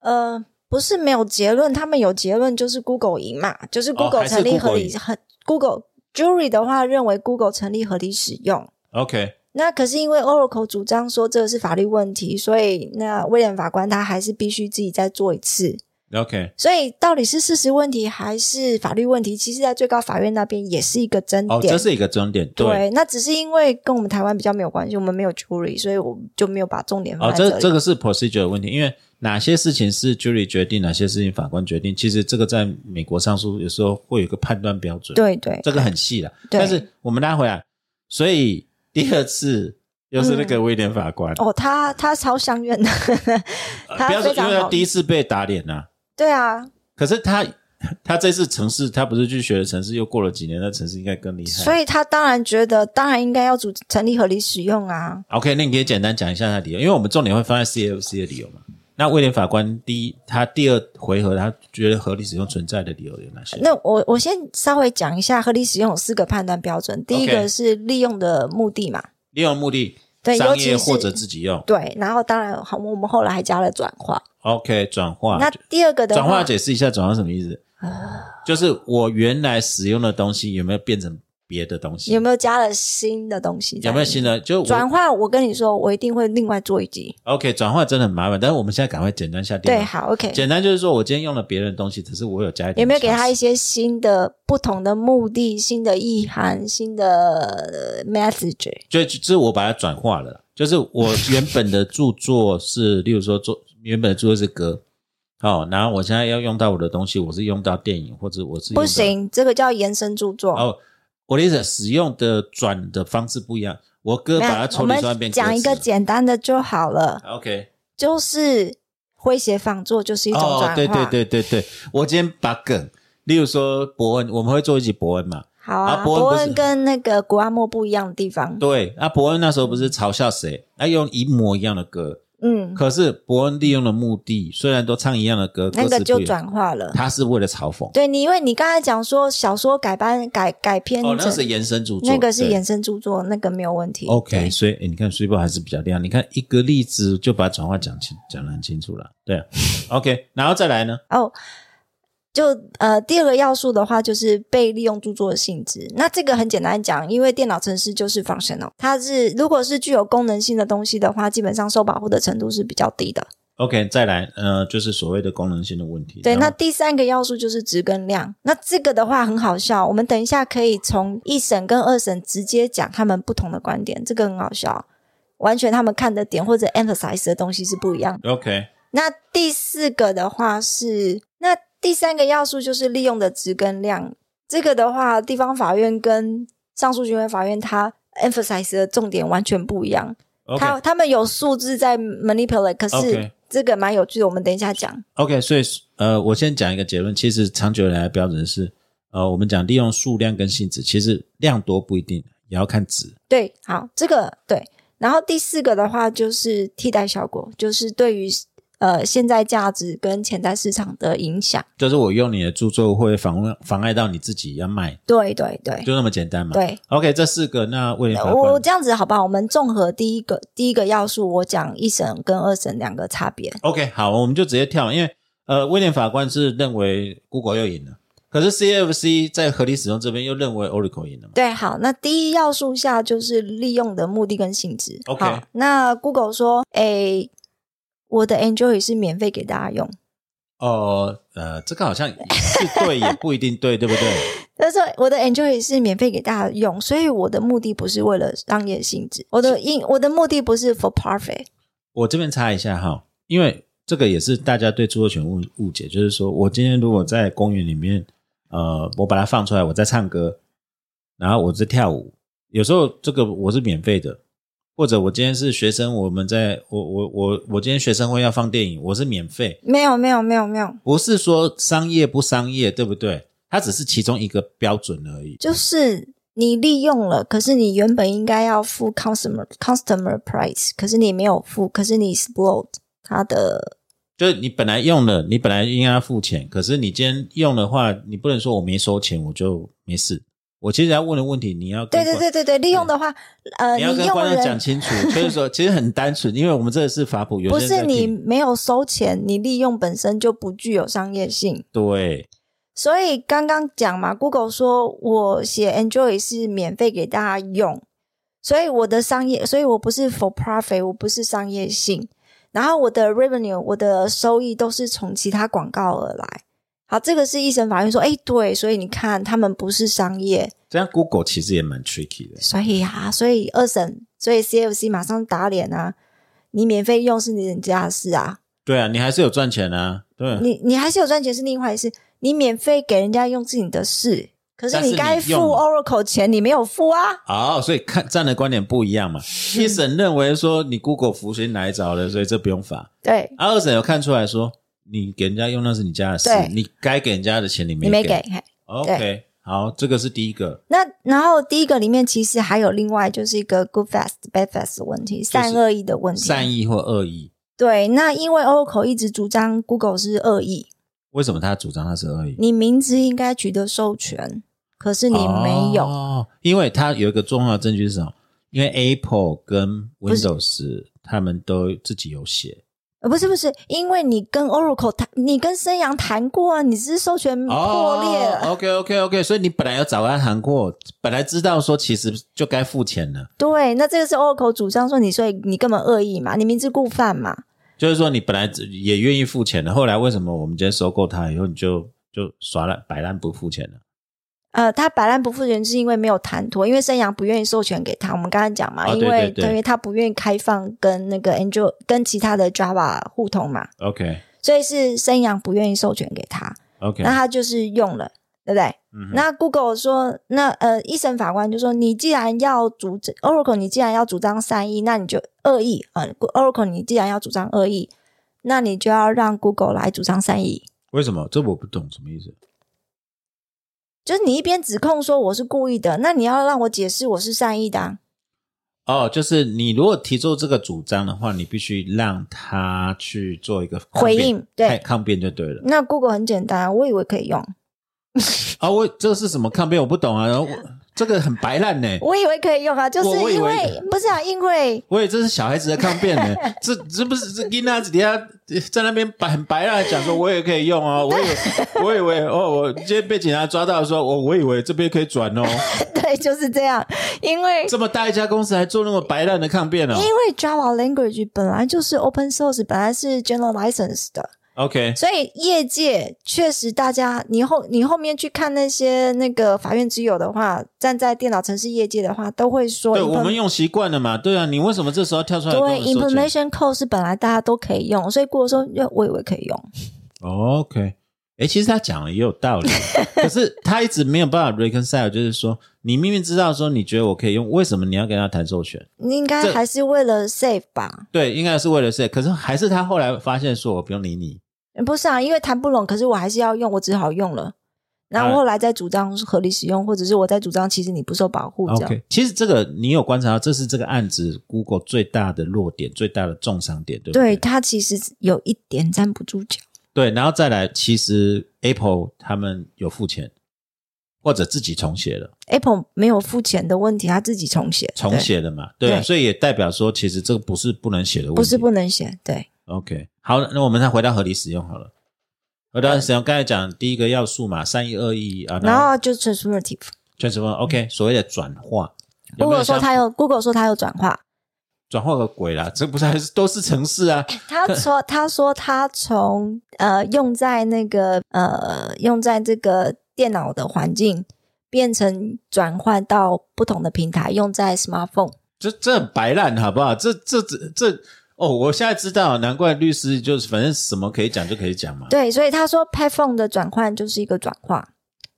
B: 呃，不是没有结论，他们有结论就是 Google 赢嘛，就是
C: 哦还
B: Google
C: 是
B: 成立合
C: Google
B: 理
C: 赢
B: 很 Google jury 的话认为 Google 成立合理使用。
C: OK，
B: 那可是因为 Oracle 主张说这个是法律问题，所以那威廉法官他还是必须自己再做一次。
C: OK，
B: 所以到底是事实问题还是法律问题，其实在最高法院那边也是一个争
C: 哦，
B: 点。
C: 这是一个终点，
B: 对
C: 对，
B: 那只是因为跟我们台湾比较没有关系，我们没有 jury，所以我就没有把重点放
C: 哦，
B: 在里。
C: 这这个是 procedure 的问题，因为哪些事情是 jury 决定，哪些事情法官决定，其实这个在美国上诉有时候会有一个判断标准，，
B: 对对
C: 这个很细的。
B: 对
C: 但是我们拉回来，所以第二次又是那个威廉法官，
B: 哦，他他超相怨的，
C: 呃
B: 他
C: 不要说
B: 非
C: 因
B: 常
C: 为他
B: 好。
C: 第一次被打脸呐、啊，
B: 对啊，
C: 可是他 他这次城市，他不是去学的城市，又过了几年，那城市应该更厉害。
B: 所以他当然觉得，当然应该要主成立合理使用啊。
C: OK，那你可以简单讲一下他的理由，因为我们重点会放在 CFC 的理由嘛。那威廉法官第一，他第二回合他觉得合理使用存在的理由有哪些？
B: 那我我先稍微讲一下合理使用有四个判断标准，第一
C: OK
B: 个是利用的目的嘛，
C: 利用目的、
B: 对
C: 商
B: 尤
C: 业
B: 其是
C: 或者自己用。
B: 对，然后当然好，我们后来还加了转化。
C: OK，转化。
B: 那第二个的
C: 啊转
B: 话啊
C: 化，解释一下，转化什么意思？就是我原来使用的东西有没有变成别的东西？
B: 有没有加了新的东西？
C: 有没有新？的？就我
B: 转化，我跟你说，我一定会另外做一集。
C: OK，转化真的很麻烦，但是我们现在赶快简单下定
B: 对，
C: 论。
B: 好，OK。
C: 简单就是说我今天用了别人的东西，只是我有加一点。
B: 有没有给他一？些新的、不同的目的、新的意涵、新的呃 message？
C: 就就是我把它转化了啦，就是我原本的著作是，例如说做原本的著作是歌，哦，然后我现在要用到我的东西，我是用到电影或者我是用到
B: 不行，这个叫延伸著作。
C: 哦。我的意思，使用的转的方式不一样，我歌把它
B: 那我
C: 抽离出来
B: 们
C: 变歌词
B: 讲一个简单的就好了。
C: OK 哦
B: 就是诙谐仿作就是一种转化。
C: 对对，对对对，我今天把梗，例如说伯恩，我们会做一集伯恩嘛？
B: 好啊，
C: 啊伯恩
B: 伯
C: 不是
B: 恩跟那个古阿莫不一样的地方，
C: 对，那、伯恩那时候不是嘲笑谁？他、用一模一样的歌，
B: 嗯，
C: 可是伯恩利用的目的虽然都唱一样的歌，
B: 那
C: 歌
B: 个
C: 词
B: 就
C: 不一样
B: 转化了。
C: 他是为了嘲讽。
B: 对你，因为你刚才讲说小说改编改改编成、
C: 哦，那是延伸著作，
B: 那个是
C: 对
B: 衍生著作，那个没有问题。
C: OK，
B: 对
C: 所以诶你看水宝还是比较亮。你看一个例子就把转化讲清讲得很清楚了，对啊、OK，然后再来呢？
B: 哦，就呃，第二个要素的话，就是被利用著作的性质。那这个很简单讲，因为电脑程式就是 functional，它是如果是具有功能性的东西的话，基本上受保护的程度是比较低的。
C: OK，再来，呃，就是所谓的功能性的问题。
B: 对，
C: 然后
B: 那第三个要素就是值跟量。那这个的话很好笑，我们等一下可以从一审跟二审直接讲他们不同的观点，这个很好笑。完全他们看的点或者 emphasize 的东西是不一样的。
C: OK，
B: 那第四个的话是，那第三个要素就是利用的值跟量。这个的话，地方法院跟上诉巡回法院它 emphasize 的重点完全不一样。
C: OK
B: 它他们有数字在 manipulate，可是
C: OK
B: 这个蛮有趣的，我们等一下讲。
C: OK，所以呃，我先讲一个结论，其实长久以来的标准是，呃，我们讲利用数量跟性质，其实量多不一定，也要看值。
B: 对，好，这个对。然后第四个的话就是替代效果，就是对于呃现在价值跟潜在市场的影响。
C: 就是我用你的著作会妨妨碍到你自己要卖，
B: 对对对
C: 就那么简单嘛。
B: 对，
C: OK，这四个，那为法
B: 我我
C: 官
B: 这样子好不好？我们综合第一个第一个要素，我讲一审跟二审两个差别。
C: OK，好，我们就直接跳，因为呃，威廉法官是认为 Google 又赢了，可是 CFC 在合理使用这边又认为 Oracle 赢了嘛？
B: 对，好，那第一要素下就是利用的目的跟性质。
C: OK
B: 好，那 Google 说，诶，我的 Enjoy 是免费给大家用，
C: 哦，呃，这个好像是对，也不一定对，对不对？
B: 但是我的 Enjoy 是免费给大家用，所以我的目的不是为了商业性质，我的因我的目的不是 for profit。
C: 我这边插一下哈，因为这个也是大家对著作权误误解，就是说我今天如果在公园里面，呃，我把它放出来，我在唱歌，然后我在跳舞，有时候这个我是免费的，或者我今天是学生，我们在我我我我今天学生会要放电影，我是免费。
B: 没有，没有，没有，没有，
C: 不是说商业不商业，对不对？它只是其中一个标准而已。
B: 就是你利用了，可是你原本应该要付 customer customer price，可是你没有付，可是你 explode 它的
C: 就是你本来用了，你本来应该要付钱，可是你今天用的话，你不能说我没收钱我就没事。我其实要问的问题，你要
B: 对
C: 跟
B: 对
C: 观，
B: 对对对，利用的话，呃，
C: 你要跟
B: 用
C: 观
B: 的
C: 众讲
B: 人
C: 清楚，就是说其实很单纯，因为我们这个是法普，有
B: 不
C: 些人在
B: 是你
C: 听
B: 没有收钱，你利用本身就不具有商业性。
C: 对
B: 所以刚刚讲嘛，Google 说我写 Enjoy 是免费给大家用，所以我的商业，所以我不是 for profit，我不是商业性。然后我的 revenue，我的收益都是从其他广告而来。好，这个是一审法院说，哎，对，所以你看他们不是商业，
C: 这样 Google 其实也蛮 tricky 的。
B: 所以啊，所以二审，所以 CFC 马上打脸啊！你免费用是你人家的事啊，
C: 对啊，你还是有赚钱啊， 对。
B: 你你还是有赚钱是另外一回事，你免费给人家用是你的事，可是
C: 但是
B: 你该
C: 你
B: 付
C: 用
B: Oracle 钱，你没有付啊。
C: 哦，所以看站的观点不一样嘛。一审认为说你 Google 福星来着了，所以这不用罚。
B: 对，
C: 啊，二审有看出来说，你给人家用那是你家的事
B: 对，
C: 你该给人家的钱你没
B: 你没给。嘿
C: OK，好，这个是第一个，
B: 那然后第一个里面其实还有另外就是一个 good fast bad fast 的问题，善恶意的问题。
C: 善
B: 意
C: 意或恶意。
B: 对，那因为 Oracle 一直主张 Google 是恶意，
C: 为什么他主张他是恶意？
B: 你明知应该取得授权，可是你没有。
C: 哦，因为他有一个重要的证据是什么？因为 Apple 跟
B: 是
C: Windows 他们都自己有写。
B: 呃，不是不是，因为你跟 Oracle 谈，你跟升阳谈过啊，你只是授权破裂了。
C: OK OK OK，所以哦你本来有找他谈过，本来知道说其实就该付钱了，
B: 对，那这个是 Oracle 主张说你，所以你根本恶意嘛，你明知故犯嘛。
C: 就是说你本来也愿意付钱的，后来为什么我们今天收购他以后你就就耍烂摆烂不付钱了？
B: 呃，他摆烂不付钱是因为没有谈妥，因为生阳不愿意授权给他。我们刚刚讲嘛，
C: 啊
B: 因
C: 对
B: 为
C: 对对
B: 因为他不愿意开放跟那个 Angel 跟其他的 Java 互通嘛，
C: OK
B: 所以是生阳不愿意授权给他，
C: OK，
B: 那他就是用了。对不对？
C: 嗯哼
B: 那 Google 说，那呃，一审法官就说，你既然要主张 Oracle，你既然要主张善意，那你就恶意啊、呃 Oracle，你既然要主张恶意，那你就要让 Google 来主张善意。
C: 为什么？这我不懂什么意思。
B: 就是你一边指控说我是故意的，那你要让我解释我是善意的、啊。
C: 哦，就是你如果提出这个主张的话，你必须让他去做一个抗
B: 回
C: 辩
B: 应对
C: 抗抗辩就对了。
B: 那 Google 很简单，我以为可以用，
C: 啊，我这个是什么抗辩？我不懂啊。然后我这个很白烂呢、
B: 我以为可以用啊，就是
C: 我以
B: 因
C: 为
B: 为不是啊，因为
C: 我也这是小孩子的抗辩呢、这这不是这跟那底下在那边白很白烂地讲说，我也可以用哦，我以我以为哦，我今天被警察抓到的时候，我我以为这边可以转哦，
B: 对，就是这样，因为
C: 这么大一家公司还做那么白烂的抗辩哦
B: 因为 Java language 本来就是 open source，本来是 general license 的，
C: ，OK，
B: 所以业界确实大家，你后你后面去看那些那个法院之友的话，站在电脑城市业界的话，都会说
C: 对我
B: inform-
C: 们用习惯了嘛，对啊，你为什么这时候跳出来跟我
B: 对
C: 们说这
B: information code 是本来大家都可以用，所以过说，呃我以为可以用。
C: OK，哎、诶其实他讲的也有道 理，可是他一直没有办法 reconcile，就是说，你明明知道说你觉得我可以用，为什么你要跟他谈授权？
B: 你应该
C: 这
B: 还是为了 save 吧？
C: 对，应该是为了这，可是还是他后来发现说我不用理你。
B: 不是啊，因为谈不拢，可是我还是要用，我只好用了。然后
C: 哎
B: 后来再主张合理使用，或者是我在主张其实你不受保护这样。
C: OK，其实这个你有观察到，这是这个案子 Google 最大的弱点，最大的重伤点，对不
B: 对
C: 对？
B: 他其实有一点站不住脚，
C: 对，然后再来，其实 Apple 他们有付钱，或者自己重写了。
B: Apple 没有付钱的问题，他自己重写，
C: 重
B: 对，
C: 写的嘛，对啊，
B: 对
C: 所以也代表说，其实这个不是不能写的问题，
B: 不是不能写，对
C: OK，好，那我们再回到合理使用好了。合理使用，刚才讲第一个要素嘛，三一二一啊，
B: 然
C: 然后
B: 后就 transformative。
C: transform OK，所谓的转化，有没
B: Google
C: 有
B: 说
C: 像
B: 它有，Google 说它有转化。
C: 转化个鬼啦？这不是还是都是城市啊？
B: 他说，他说他从呃用在那个呃用在这个电脑的环境，变成转换到不同的平台，用在 smartphone。
C: 这这很白烂好不好？这这这这哦，我现在知道，难怪律师就是反正什么可以讲就可以讲嘛。
B: 对，所以他说 p a p h o n e 的转换就是一个转化。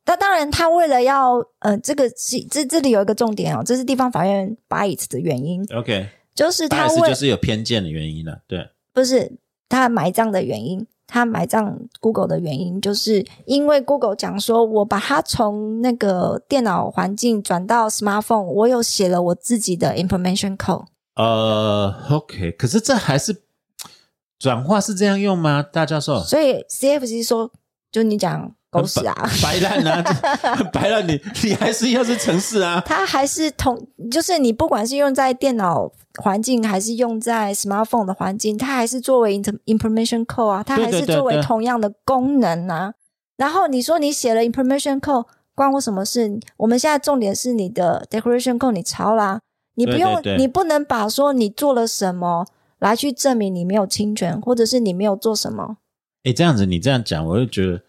B: 那当然，他为了要呃，这个是这这里有一个重点哦，这是地方法院 bias 的原因，
C: OK，
B: 就是
C: 大
B: 他
C: 概是
B: 为
C: 就是有偏见的原因了。对，
B: 不是他埋葬的原因，他埋葬 Google 的原因，就是因为 Google 讲说，我把它从那个电脑环境转到 smartphone，我有写了我自己的 information code。
C: 呃，OK，可是这还是转化是这样用吗？大教授，
B: 所以 CFC 说，就你讲狗屎啊，
C: 白烂啊， 这白烂你你还是要是城市啊。
B: 它还是同，就是你不管是用在电脑环境，还是用在 smartphone 的环境，它还是作为 inter- information code 啊，它
C: 对
B: 还
C: 对
B: 是
C: 对
B: 作为
C: 对
B: 同样的功能啊。然后你说你写了 information code，关我什么事？我们现在重点是你的 declaration code 你抄啦，你不
C: 对对
B: 用，
C: 对
B: 你不能把说你做了什么来去证明你没有侵权，或者是你没有做什么。
C: 哎，这样子你这样讲，我就觉得，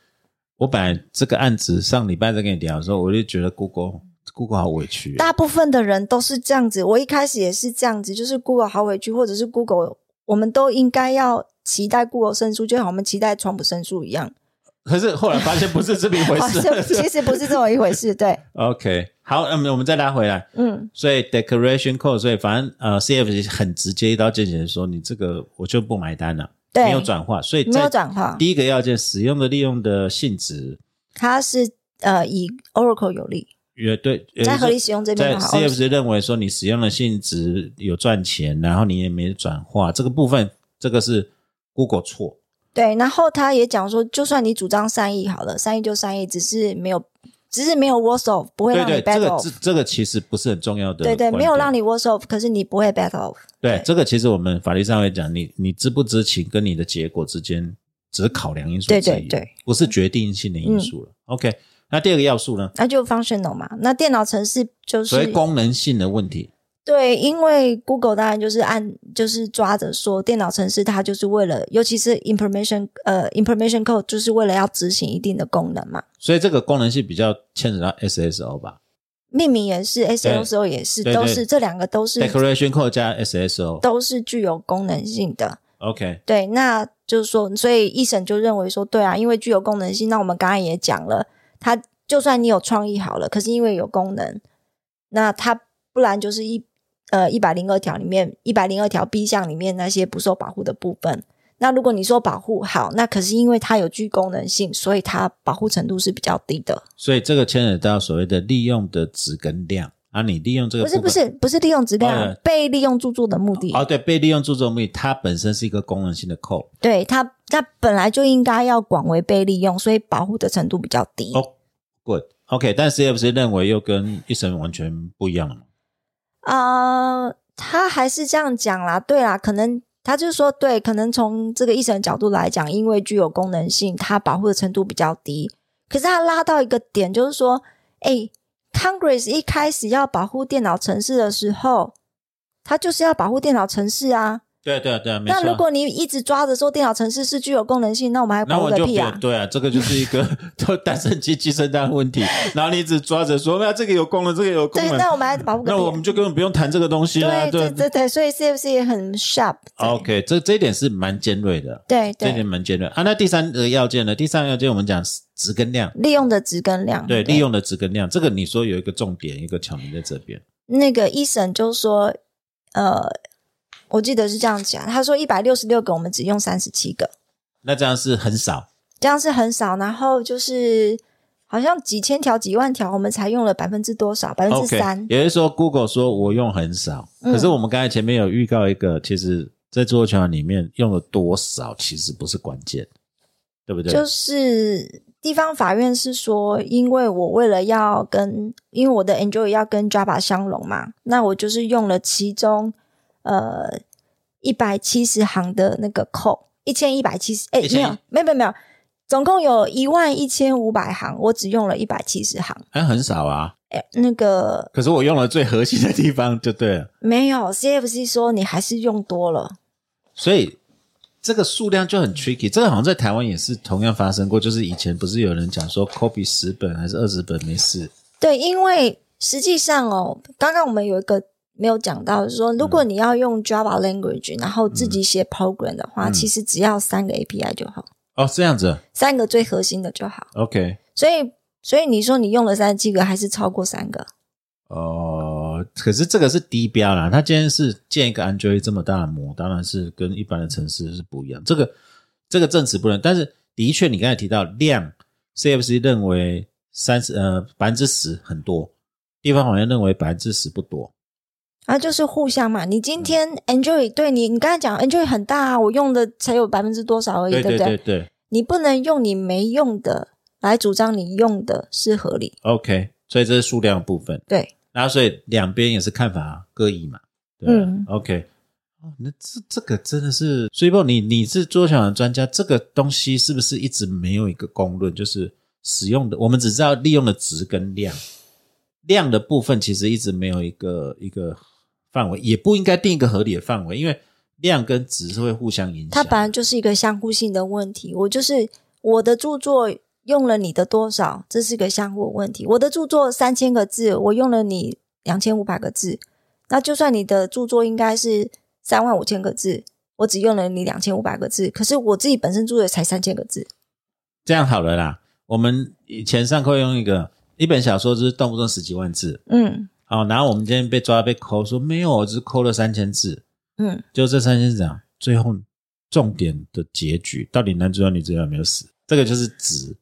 C: 我本来这个案子上礼拜在跟你聊的时候，我就觉得 Google Google 好委屈哦。
B: 大部分的人都是这样子，我一开始也是这样子，就是 Google 好委屈，或者是 Google，我们都应该要期待 Google 胜诉，就好像我们期待川普胜诉一样。
C: 可是后来发现不是这么一回
B: 好像其
C: 事。
B: 实不是这么一回事，对，
C: OK，好，那么我们再拉回来。
B: 嗯，
C: 所以 declaration code，所以反正呃 CFC 很直接一刀见血地说，你这个我就不买单了，
B: 对，
C: 没有转化。所以
B: 没有
C: 在
B: 转化，
C: 第一个要件，使用的利用的性质，
B: 它是呃以 Oracle 有利，
C: 也对，也
B: 在
C: 就是
B: 合理使用这边
C: 在
B: 的话，
C: CFC 认为说你使用的性质有赚钱，然后你也没转化这个部分，这个是 Google 错。
B: 对，然后他也讲说，就算你主张善意好了，善意就善意，只是没有，只是没有 worse off，不会
C: 对
B: 让你
C: 对，这
B: bad
C: 个
B: off，
C: 这这个其实不是很重要的
B: 对对，
C: 观点。
B: 没有让你 worse off，可是你不会 bad off，
C: 对这个其实我们法律上会讲，你你知不知情跟你的结果之间只是考量因素之
B: 对
C: 一，
B: 对嗯对，
C: 不是决定性的因素了。OK，那第二个要素呢？
B: 那就 functional 嘛。那电脑程式就
C: 所谓
B: 是
C: 功能性的问题，
B: 对，因为 Google 当然就是按就是抓着说，电脑程式它就是为了，尤其是 information 呃 information code 就是为了要执行一定的功能嘛。
C: 所以这个功能性比较牵扯到 SSO 吧
B: 命名也是，S L S O 也是，
C: 对
B: 都
C: 对
B: 是这两个都是
C: ，Declaration Code 加 SSO。
B: 都是具有功能性的。
C: OK，
B: 对，那就是说，所以一审就认为说，对啊，因为具有功能性，那我们刚刚也讲了，它就算你有创意好了，可是因为有功能，那它不然就是一呃一百零二条里面一百零二条 B 项里面那些不受保护的部分。那如果你说保护好，那可是因为它有具功能性，所以它保护程度是比较低的。
C: 所以这个牵扯到所谓的利用的值跟量啊，你利用这个
B: 不是
C: 部
B: 不
C: 分
B: 是不是利用质量、
C: 呃
B: 被利用著作的目的，
C: 哦，对，被利用注重目的，它本身是一个功能性的 code。
B: 对它它本来就应该要广为被利用，所以保护的程度比较低。
C: 哦 Good。OK，但 CFC 认为又跟一审完全不一样了嘛？
B: 呃，他还是这样讲啦，对啦，可能他就是说，对，可能从这个医生的角度来讲，因为具有功能性，它保护的程度比较低。可是他拉到一个点，就是说，哎，Congress 一开始要保护电脑城市的时候，他就是要保护电脑城市啊。
C: 对啊对啊对啊，没错。
B: 那如果你一直抓着说电脑城市是具有功能性，那我们还
C: 那
B: 保护
C: 我
B: 个
C: 就
B: 屁
C: 不
B: 啊！
C: 对啊，这个就是一个 都单身鸡鸡生蛋 问题，然后你一直抓着说那这个有功能，这个有功
B: 对，
C: 能，
B: 那我们还保护个
C: 那
B: 屁、
C: 我
B: 啊
C: 们！就根本不用谈这个东西啦。
B: 对
C: 对
B: 对对对，所以 CFC 也很 sharp 对。
C: OK，这这一点是蛮尖锐的，
B: 对
C: 这一点
B: 对，
C: 蛮尖锐啊。那第三个要件呢？第三个要件我们讲值跟量，
B: 利用的值跟量，
C: 对，利用的值跟量，这个你说有一个重点，一个巧明在这边。
B: 那个医生就说，呃，我记得是这样讲，他说一百六十六个，我们只用三十七个，
C: 那这样是很少，
B: 这样是很少。然后就是好像几千条、几万条，我们才用了百分之多少？百分之
C: OK，
B: 三。
C: 也就是说，Google 说我用很少，
B: 嗯
C: 可是我们刚才前面有预告一个，其实在著作权法里面用了多少，其实不是关键，对不对？
B: 就是地方法院是说，因为我为了要跟，因为我的 Enjoy 要跟 Java 相容嘛，那我就是用了其中呃一百七十行的那个扣，一千一百七十，哎，
C: 1100
B: 没有，没有，没有，没有，总共有一万一千五百行，我只用了一百七十行，
C: 还很少啊。
B: 哎，那个
C: 可是我用了最核心的地方就对了，
B: 没有 CFC 说你还是用多了。
C: 所以这个数量就很 tricky。这个好像在台湾也是同样发生过，就是以前不是有人讲说 copy 十本还是二十本没事，
B: 对，因为实际上哦，刚刚我们有一个没有讲到，就是说如果
C: 嗯
B: 你要用 Java language，、然后自己写 program 的话，
C: 嗯
B: 其实只要三个 API 就好，
C: 哦，这样子
B: 三个最核心的就好。
C: ，OK，
B: 所以，所以你说你用了三十七个，还是超过三个？
C: 哦，可是这个是低标啦，它今天是建一个 Android 这么大的模，当然是跟一般的城市是不一样。这个这个证词不能，但是的确你刚才提到量，CFC 认为三十呃百分之十很多，地方法院认为百分之十不多。
B: 然后啊就是互相嘛，你
C: 嗯
B: 今天 Enjoy 对你，你刚才讲 Enjoy 很大啊，我用的才有百分之多少而已，
C: 对
B: 不
C: 对对对
B: 你不能用你没用的来主张你用的是合理，
C: ，OK，所以这是数量的部分。
B: 对，
C: 然后所以两边也是看法各异嘛。对啊、
B: 嗯
C: ，OK。哦，那这这个真的是，所以不，你你是桌球的专家，这个东西是不是一直没有一个公论？就是使用的，我们只知道利用的值跟量，量的部分其实一直没有一个一个范围，也不应该定一个合理的范围，因为量跟值是会互相影响。
B: 它本来就是一个相互性的问题。我就是我的著作用了你的多少，这是个相互问题。我的著作三千个字，我用了你两千五百个字，那就算你的著作应该是三万五千个字，我只用了你两千五百个字，可是我自己本身著作才三千个字。
C: 这样好了啦，我们以前上课用一个一本小说，就是动不动十几万字，
B: 嗯
C: 哦，然后我们今天被抓被扣，说没有，我只是扣了三千字，
B: 嗯，
C: 就这三千字啊，最后重点的结局到底男主角女主角有没有死，这个就是值，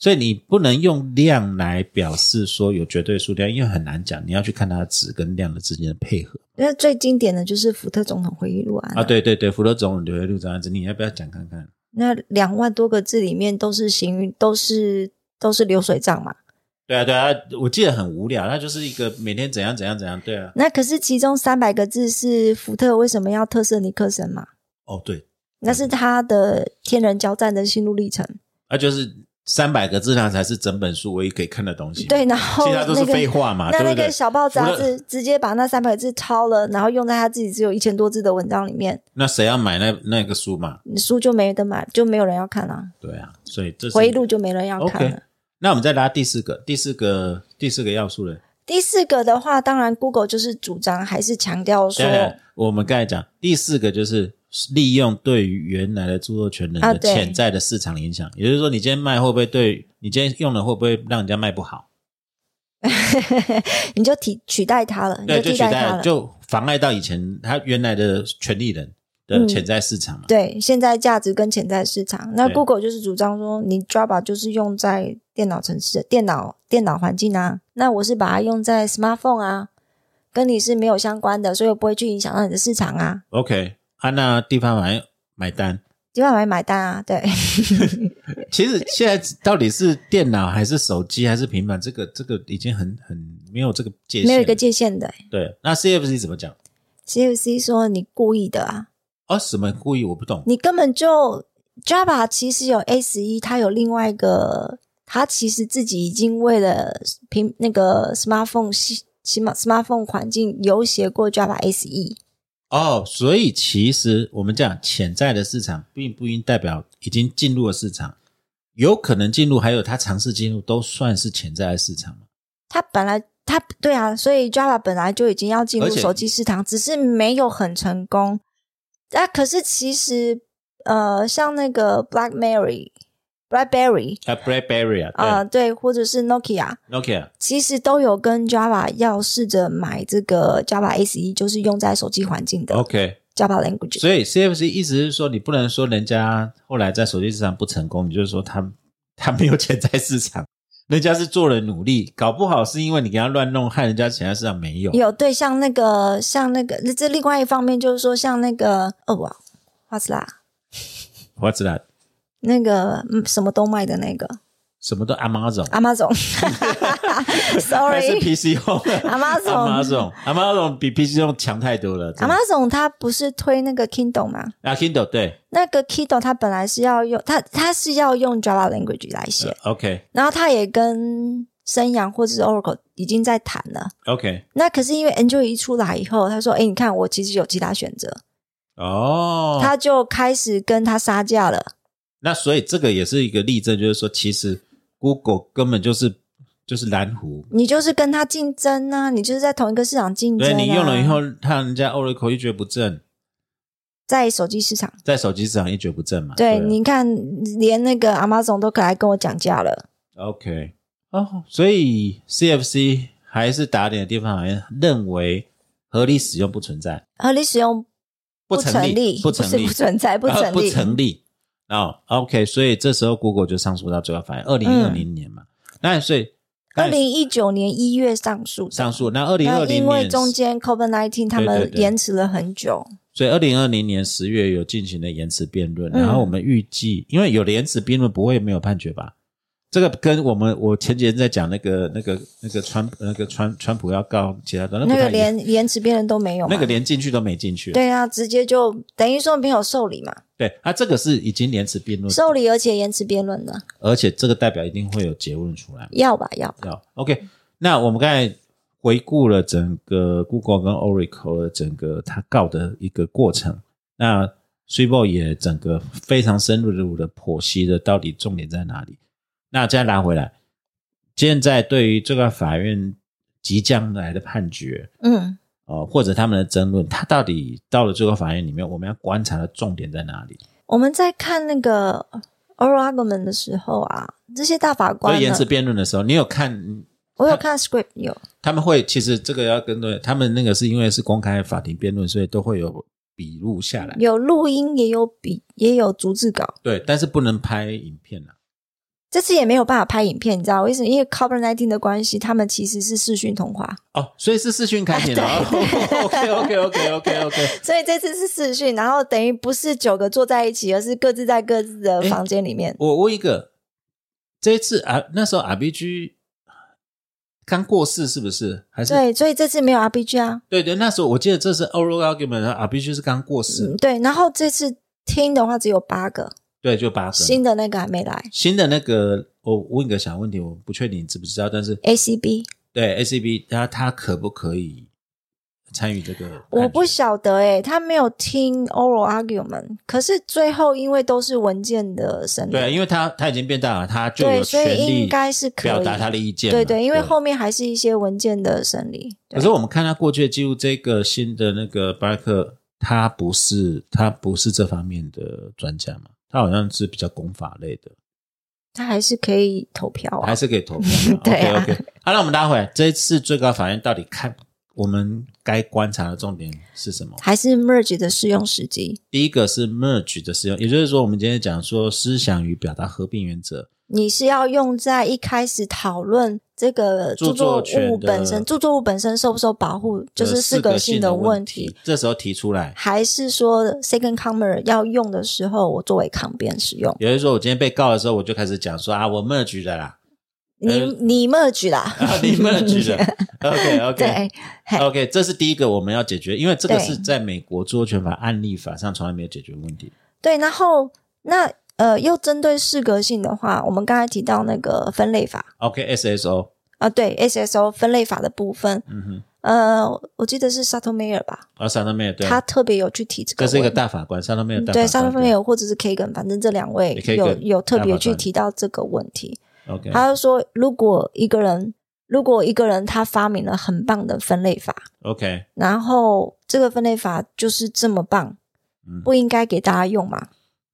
C: 所以你不能用量来表示说有绝对数量，因为很难讲，你要去看它的值跟量的之间的配合
B: 那最经典的就是福特总统回忆录啊，
C: 啊。对对对，福特总留言录这样子，你要不要讲看看？
B: 那两万多个字里面都是行云，都是都是流水账嘛。
C: 对啊对啊，我记得很无聊，它就是一个每天怎样怎样怎样，对啊，
B: 那可是其中三百个字是福特为什么要特赦尼克森嘛？
C: 哦对，
B: 那是他的天人交战的心路历程。
C: 啊就是三百个字上才是整本书唯一可以看的东西，
B: 对，，然后
C: 其他都
B: 那
C: 是
B: 个
C: 废话嘛，
B: 那
C: 对
B: 那
C: 不对
B: 个？小报杂
C: 福特
B: 志直接把那三百字抄了，然后用在他自己只有一千多字的文章里面，
C: 那谁要买那那个书嘛？
B: 你书就没得买，就没有人要看了、
C: 对啊，所以这是
B: 回忆录就没人要看了。
C: OK。那我们再拉第四个，第四个第四个要素了。
B: 第四个的话，当然 Google 就是主张还是强调说
C: 当，然，我们刚才讲第四个就是利用对于原来的著作权人
B: 啊
C: 的
B: 对
C: 潜在的市场影响，也就是说，你今天卖会不会对你今天用了会不会让人家卖不好？
B: 你就替取代他了，你
C: 对，就
B: 替
C: 取
B: 代
C: 代
B: 他
C: 了
B: 了。
C: 就妨碍到以前他原来的权利人的
B: 嗯
C: 潜在市场嘛。
B: 对，现在价值跟潜在市场，那
C: 对
B: Google 就是主张说，你 Java 就是用在电脑城市、电脑电脑环境啊，那我是把它用在 smartphone 啊，跟你是没有相关的，所以我不会去影响到你的市场啊，
C: OK，啊，那地方买买单，
B: 地方买买单啊，对，
C: 其实现在到底是电脑还是手机还是平板，这个这个已经很很没有这个界限，
B: 没有一个界限的、
C: 对。那 CFC 怎么讲？
B: CFC 说你故意的啊，
C: 哦，什么故意我不懂。
B: 你根本就 Java 其实有 A 十一，它有另外一个，它其实自己已经为了平那个 smartphone 系起码 smartphone 环境有写过 Java E A 十一，
C: 哦，所以其实我们讲潜在的市场，并不一定代表已经进入了市场，有可能进入，还有他尝试进入，都算是潜在的市场嘛。
B: 它本来它对啊，所以 Java 本来就已经要进入
C: 而且
B: 手机市场，只是没有很成功。那、可是其实呃，像那个 BlackBerry、BlackBerry
C: 啊，BlackBerry
B: 啊、
C: 啊，
B: 呃对，或者是 Nokia，
C: 对，Nokia，
B: 其实都有跟 Java 要试着买这个 Java SE，就是用在手机环境的
C: OK，
B: Java language。
C: 哦所以 CFC 意思是说，你不能说人家后来在手机市场不成功，你就是说他他没有潜在市场，人家是做了努力，搞不好是因为你给他乱弄，害人家潜在市场没有。
B: 有对，像那个，像那个，这另外一方面就是说，像那个，哦哇，花斯拉
C: 我知道，
B: 那个、嗯、什么都卖的那个
C: 什么都 Amazon，还是
B: Amazon，sorry，Amazon，
C: PC 用 Amazon，Amazon 比 PC 用强太多了。真的
B: Amazon 它不是推那个 Kindle 吗？
C: 啊，Kindle 对
B: 那个 Kindle 它本来是要用它，它是要用 Java language 来写，
C: 嗯，OK
B: 然后它也跟升阳或者是 Oracle 已经在谈了。
C: OK，
B: 那可是因为 Android 一出来以后，他说：“哎、你看我其实有其他选择。
C: 哦，
B: 他就开始跟他杀价了。
C: 那所以这个也是一个例证，就是说其实 Google 根本就是就是蓝湖，
B: 你就是跟他竞争啊，你就是在同一个市场竞争、
C: 对
B: 啊。
C: 你用了以后，让人家 Oracle 一蹶不振，
B: 在手机市场，
C: 在手机市场一蹶不振嘛。
B: 对，
C: 啊
B: 你看连那个 Amazon 都来跟我讲价了。
C: OK 哦，所以 CFC 还是打脸的地方，好像认为合理使用不存在，
B: 合理使呃用
C: 不成
B: 成
C: 立，
B: 不
C: 成立，
B: 是不存在，不
C: 啊
B: 成
C: 不
B: 立，
C: 成立。哦，OK，所以这时候 Google 就上诉到最高法院，二零二零年嘛。那所以
B: 嗯二零一九年一月上诉的，
C: 上诉，那二零
B: 那
C: 二零
B: 因为
C: 年，
B: 中间 COVID nineteen 他
C: 对对
B: 们
C: 对
B: 延迟了很久，
C: 所以二零二零年十月有进行了延迟辩论，
B: 嗯
C: 然后我们预计，因为有了延迟辩论，不会没有判决吧？这个跟我们我前几天在讲那个那个那个川那个川川普要告其他的那不
B: 那
C: 太
B: 个
C: 一样
B: 连延迟辩论都没有嘛，
C: 那个连进去都没进去，
B: 对啊，直接就等于说没有受理嘛。
C: 对，啊，这个是已经延迟辩论，
B: 受理而且延迟辩论的，
C: 而且这个代表一定会有结论出来嘛。
B: 要吧要吧。
C: 要 OK，那我们刚才回顾了整个 Google 跟 Oracle 的整个它告的一个过程，那 s u b o 也整个非常深入的剖析了到底重点在哪里。那再拿回来，现在对于这个法院即将来的判决，
B: 嗯，
C: 呃，或者他们的争论，它到底到了最高法院里面，我们要观察的重点在哪里？
B: 我们在看那个 oral argument 的时候啊，这些大法
C: 所
B: 官
C: 以延迟
B: 呢，
C: 辩论的时候，你有看
B: 我有看 script 有，
C: 他们会其实这个要跟对，他们那个是因为是公开法庭辩论，所以都会有笔录下来。
B: 有录音，也有笔，也有逐字稿。
C: 对，但是不能拍影片啊。
B: 这次也没有办法拍影片，你知道为什么？因为 COVID nineteen 的关系，他们其实是视讯通话，
C: 哦，所以是视讯开庭啊。OK OK OK OK OK。
B: 所以这次是视讯，然后等于不是九个坐在一起，而是各自在各自的
C: 诶
B: 房间里面。
C: 我问一个，这一次啊，那时候 RBG 刚过世是不是？还是
B: 对，所以这次没有 RPG 啊，
C: 对对，那时候我记得这是 oral argument，然后 RBG 是刚过世，
B: 嗯，对。然后这次听的话只有八个，
C: 对，就八个
B: 新的那个还没来
C: 新的那个，我问一个小问题，我不确定你知不知道，但是
B: ，ACB。
C: 对 ACB 他他可不可以参与这个判决？
B: 我不晓得诶、他没有听 oral argument，可是最后因为都是文件的审理，
C: 对，因为他他已经变大了，他就有
B: 对，所
C: 权
B: 以应
C: 利
B: 该是可以
C: 表达他的意见嘛。
B: 对对，因为后面还是一些文件的审理。对
C: 可是我们看他过去的记录，这个新的那个巴克他不是他不是这方面的专家嘛，他好像是比较功法类的，
B: 他还是可以投票啊。
C: 还。是可以投票 嘛
B: 对啊
C: OK OK，好，那我们拉回来，这一次最高法院到底看我们该观察的重点是什么？
B: 还是 merge 的适用时机，
C: 第一个是 merge 的使用，也就是说，我们今天讲说思想与表达合并原则，
B: 你是要用在一开始讨论这个著
C: 著
B: 作
C: 作
B: 物
C: 权的
B: 本身，著作物本身受不受保护，就是适
C: 适格
B: 格
C: 性
B: 性
C: 的
B: 的
C: 问
B: 问题，，
C: 这时候提出来。
B: 还是说 second comer 要用的时候，我作为抗辩使用？
C: 也就是说，我今天被告的时候，我就开始讲说啊，我 merge 的 啦，
B: 你
C: 呃
B: 你 merge 啦，
C: 啊，你 merge 的，OK OK
B: 对，嘿
C: OK，这是第一个我们要解决，因为这个
B: 对
C: 是在美国著作权法案例法上从来没有解决的问题。
B: 对，然后那呃，又针对适格性的话，我们刚才提到那个分类法
C: OK SSO，
B: 啊、对 SSO 分类法的部分，
C: 嗯哼，
B: 呃，我记得是 s a t o m a y e r 吧，
C: 啊，萨勒梅尔对，
B: 他特别有去提这个问
C: 这
B: 题，
C: 是一个大法官，萨勒梅尔
B: 嗯
C: 大法官，
B: 对 s a t o m a y e r 或者是 Kagan，反正这两位
C: 也
B: 有
C: Kagan，
B: 有特
C: 大
B: 别
C: 法
B: 去
C: 官
B: 提到这个问题。
C: OK，
B: 他就说，如果一个人如果一个人他发明了很棒的分类法，
C: OK，
B: 然后这个分类法就是这么棒
C: 嗯，
B: 不应该给大家用嘛？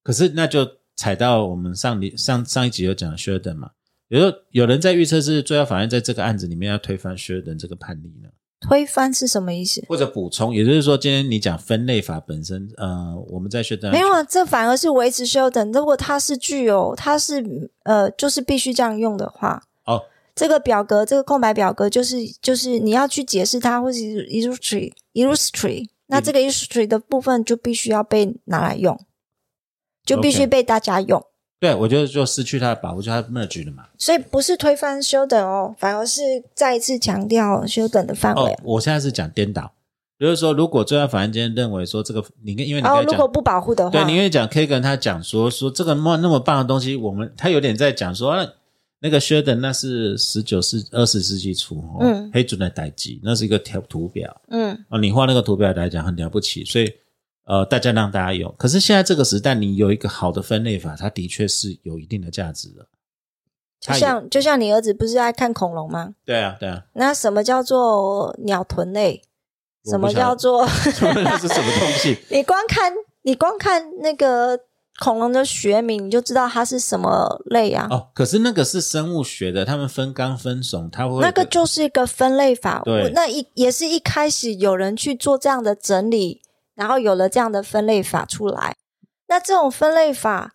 C: 可是那就踩到我们上里上上一集有讲的 Sheridan 嘛，有时候有人在预测是最高法院在这个案子里面要推翻 Sheridan 这个判例呢，
B: 推翻是什么意思？
C: 或者补充，也就是说今天你讲分类法本身，呃，我们在 Sheridan
B: 没有啊，这反而是维持修等。如果它是具有，它是呃，就是必须这样用的话，
C: 哦，
B: 这个表格，这个空白表格，就是就是你要去解释它，或者 illustrate illustrate，那
C: 嗯
B: 这个 illustrate 的部分就必须要被拿来用，就必须
C: OK
B: 被大家用。
C: 对我觉得就失去他的保护，就他 merge 了嘛。
B: 所以不是推翻修等哦，反而是再一次强调修等的范围
C: 哦，我现在是讲颠倒，就是说如果最高法院今天认为说这个，你跟因为你
B: 然后
C: 刚
B: 哦
C: 才
B: 如
C: 讲
B: 果不保护的
C: 对，
B: 话，
C: 你因为讲 Kagan 他讲说说这个那那么棒的东西，我们他有点在讲说，啊那个 Sheldon 那是十九世二十世纪初哦，
B: 嗯
C: 黑准的代际，那是一个条图表
B: 嗯，
C: 啊，你画那个图表来讲很了不起，所以呃，大家让大家用。可是现在这个时代，你有一个好的分类法，它的确是有一定的价值的。
B: 就
C: 它也
B: 像就像你儿子不是爱看恐龙吗？
C: 对啊，对啊，
B: 那什么叫做鸟豚类？
C: 我不
B: 什么
C: 晓
B: 叫
C: 得
B: 做？
C: 那是什么东西？
B: 你光看你光看那个恐龙的学名，你就知道它是什么类啊？
C: 哦，可是那个是生物学的，他们分纲分种，它会有
B: 那
C: 一
B: 个就是一个分类法。
C: 对
B: 我那一也是一开始有人去做这样的整理，然后有了这样的分类法出来。那这种分类法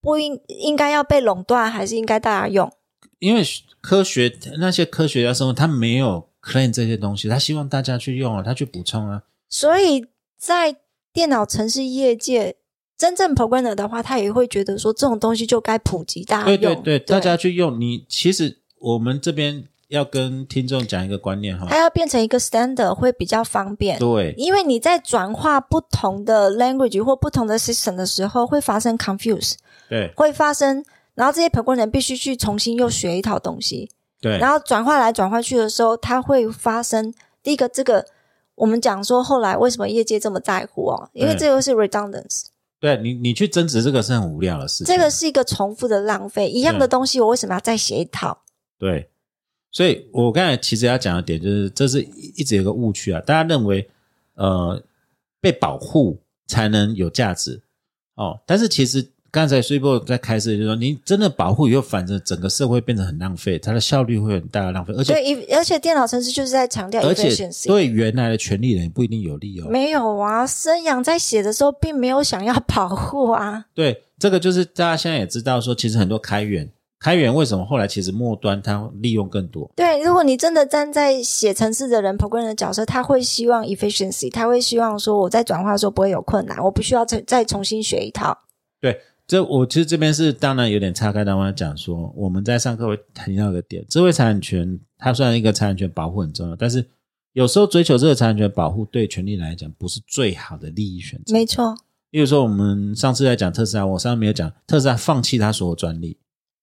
B: 不应应该要被垄断，还是应该大家用？
C: 因为科学那些科学家生活，他没有 claim 这些东西，他希望大家去用啊，他去补充啊。
B: 所以在电脑城市业界，真正 programmer 的话，他也会觉得说这种东西就该普及大家
C: 对
B: 啊用，
C: 对对，大家去用。你其实我们这边要跟听众讲一个观念哈
B: 它，要变成一个 standard 会比较方便。
C: 对
B: 因为你在转化不同的 language 或不同的 system 的时候，会发生 confuse，
C: 对
B: 会发生，然后这些 p r o 人必须去重新又学一套东西，
C: 对
B: 然后转化来转化去的时候，它会发生第一个这个。我们讲说，后来为什么业界这么在乎哦？因为
C: 对
B: 这个是 redundance，
C: 对，你你去争执这个是很无聊的事情。
B: 这个是一个重复的浪费。一样的东西，我为什么要再写一套？
C: 对，所以我刚才其实要讲的点就是，这是一一直有个误区啊，大家认为呃被保护才能有价值哦，但是其实刚才苏一波在开始就是说，你真的保护以后，反正整个社会变成很浪费，它的效率会很大的浪费，而
B: 所
C: 且
B: 以，而且电脑城市就是在强调
C: 而且
B: efficiency。
C: 对原来的权利人也不一定有利哦。
B: 没有啊，生养在写的时候并没有想要保护啊。
C: 对，这个就是大家现在也知道说，其实很多开源，开源为什么后来其实末端它利用更多？
B: 对，如果你真的站在写程式的人、p r o g r a m 的角色，他会希望 efficiency，他会希望说我在转化的时候不会有困难，我不需要再再重新学一套。
C: 对，这我其实这边是当然有点岔开，但我要讲说，我们在上课会谈到一个点，智慧财产权它虽然一个财产权保护很重要，但是有时候追求这个财产权保护对权利来讲不是最好的利益选择。
B: 没错，
C: 例如说，我们上次在讲特斯拉，我上次没有讲特斯拉放弃它所有专利，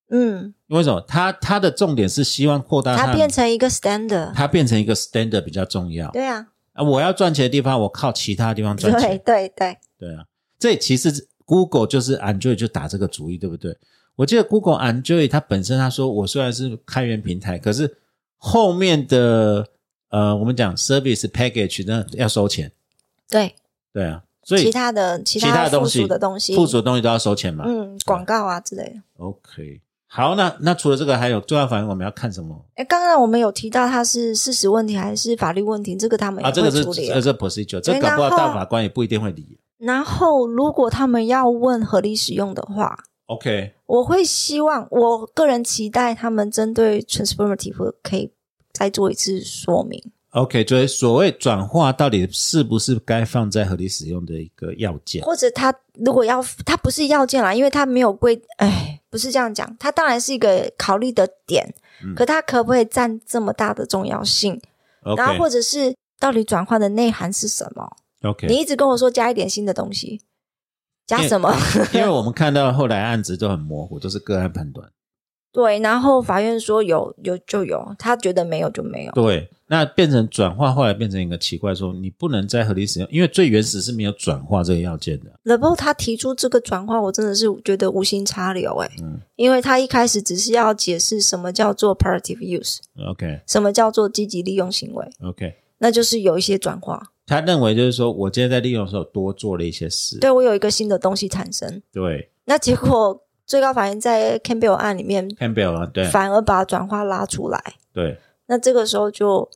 B: 嗯，
C: 为什么？它它的重点是希望扩大它
B: 它变成一个 standard，
C: 它变成一个 standard 比较重要。
B: 对啊，
C: 啊，我要赚钱的地方，我靠其他地方赚钱
B: 对。对对，
C: 对啊，这其实 Google 就是 Android 就打这个主意，对不对？我记得 Google Android 它本身它说，我虽然是开源平台，可是后面的呃，我们讲 service package 呢要收钱，
B: 对，
C: 对啊，所以
B: 其他的其
C: 其他的
B: 附
C: 东西
B: 属的东西，
C: 附属的东西都要收钱嘛。
B: 嗯广告啊之类的。
C: OK，好，那那除了这个，还有罪案反应我们要看什么
B: 哎，刚刚我们有提到它是事实问题还是法律问题，这个他们
C: 啊？
B: 也
C: 这
B: 会
C: 个是
B: 处理。
C: 呃，这 procedure，这
B: 对
C: 搞不好
B: 然后
C: 大法官也不一定会理。
B: 然后，如果他们要问合理使用的话，
C: OK，
B: 我会希望，我个人期待他们针对 transformative 可以再做一次说明。
C: OK，就是所谓转化到底是不是该放在合理使用的一个要件？
B: 或者他如果要，他不是要件啦，因为他没有规，哎，不是这样讲，他当然是一个考虑的点，
C: 嗯
B: 可他可不可以占这么大的重要性？然后或者是到底转换的内涵是什么？你
C: OK，OK，
B: 一直跟我说加一点新的东西，加什么？
C: 因为我们看到后来案子都很模糊，都是个案判断。
B: 对，然后法院说有有就有，他觉得没有就没有。
C: 对，那变成转化，后来变成一个奇怪说，你不能再合理使用，因为最原始是没有转化这个要件的。
B: l e b o 他提出这个转换，我真的是觉得无心插柳哎、
C: 嗯
B: 因为他一开始只是要解释什么叫做 parative use，
C: OK，OK，、
B: 什么叫做积极利用行为，那就是有一些转化。
C: 他认为就是说我今天在利用的时候多做了一些事。
B: 对我有一个新的东西产生，
C: 对
B: 那结果最高法院在 Campbell 案里面
C: ，Campbell 啊，对
B: 反而把转化拉出来，
C: 对，
B: 那这个时候就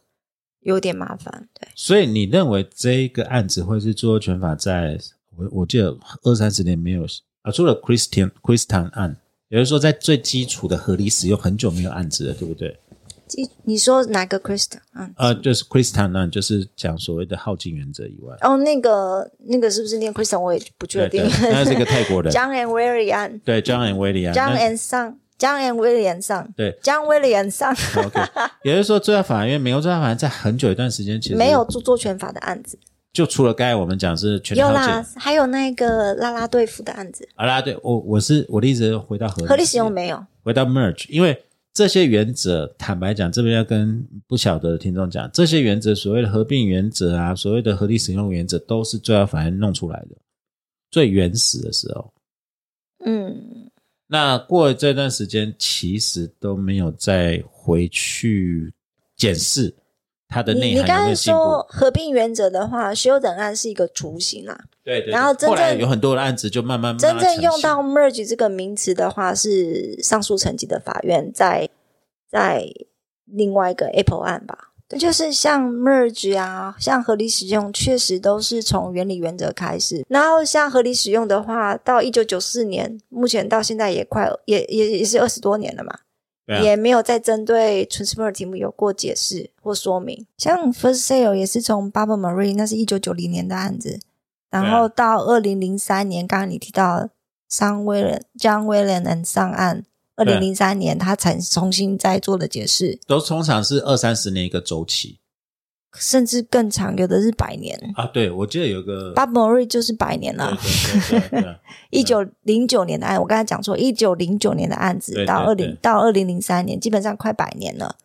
B: 有点麻烦。对，
C: 所以你认为这一个案子会是著作权法在我我记得二三十年没有啊，除了 Christian Christian 案，也就是说在最基础的合理使用很久没有案子了，对不对？
B: 你你说哪个 Kristen 嗯，
C: 呃，就是 Christian 案，就是讲所谓的耗尽原则以外，
B: 哦，那个那个是不是念 Kristen 我也不确定。
C: 对对那是一个泰国 人，
B: John and William 案
C: 对 John and William
B: ，John
C: 啊那
B: and Son，John and William 上
C: 对
B: ，John William 上
C: OK，也就是说，最高法院美国最高法院在很久一段时间其实
B: 没有，著作权法的案子。
C: 就除了刚才我们讲是全
B: 有
C: 套
B: 啦
C: 件，，
B: 还有那个啦啦队服的案子，
C: 好啦，对我我是我的意思是回到合
B: 合理使用
C: 用
B: 没有？
C: 回到 merge，因为这些原则，坦白讲，这边要跟不晓得的听众讲，这些原则，所谓的合并原则啊，所谓的合理使用原则，都是最高法院弄出来的，最原始的时候。
B: 嗯，
C: 那过了这段时间，其实都没有再回去检视它的
B: 你
C: 内
B: 你
C: 涵有
B: 刚
C: 没有
B: 才
C: 进步。
B: 说合并原则的话，修整案是一个雏形啊啦，
C: 对对对
B: 然后真正
C: 后来有很多的案子就慢慢
B: 真
C: 让它
B: 正
C: 成
B: 用到
C: 型
B: merge 这个名词的话，是上诉层级的法院在在另外一个 Apple 案吧。就是像 merge 啊，像合理使用，确实都是从原理原则开始。然后像合理使用的话，到一九九四年，目前到现在也快也也也是二十多年了嘛。
C: 对啊
B: 也没有再针对 transfer 题目有过解释或说明。像 First Sale 也是从 Baba Marie，那是一九九零年的案子，然后到二零零三年，刚刚你提到商威人 John w i l l i a m 上岸，二
C: 对
B: 零零三年他才重新再做了解释，
C: 都通常是二三十年一个周期
B: 甚至更长，有的是百年。
C: 啊。对，我记得有个
B: Baba Marie 就是百啊年
C: 对
B: 了，
C: 对对对啊对
B: 一九零九年的案，我刚才讲错，一九零九年的案子
C: 对
B: 到二
C: 对
B: 零
C: 对
B: 到二零零三年，基本上快百年了。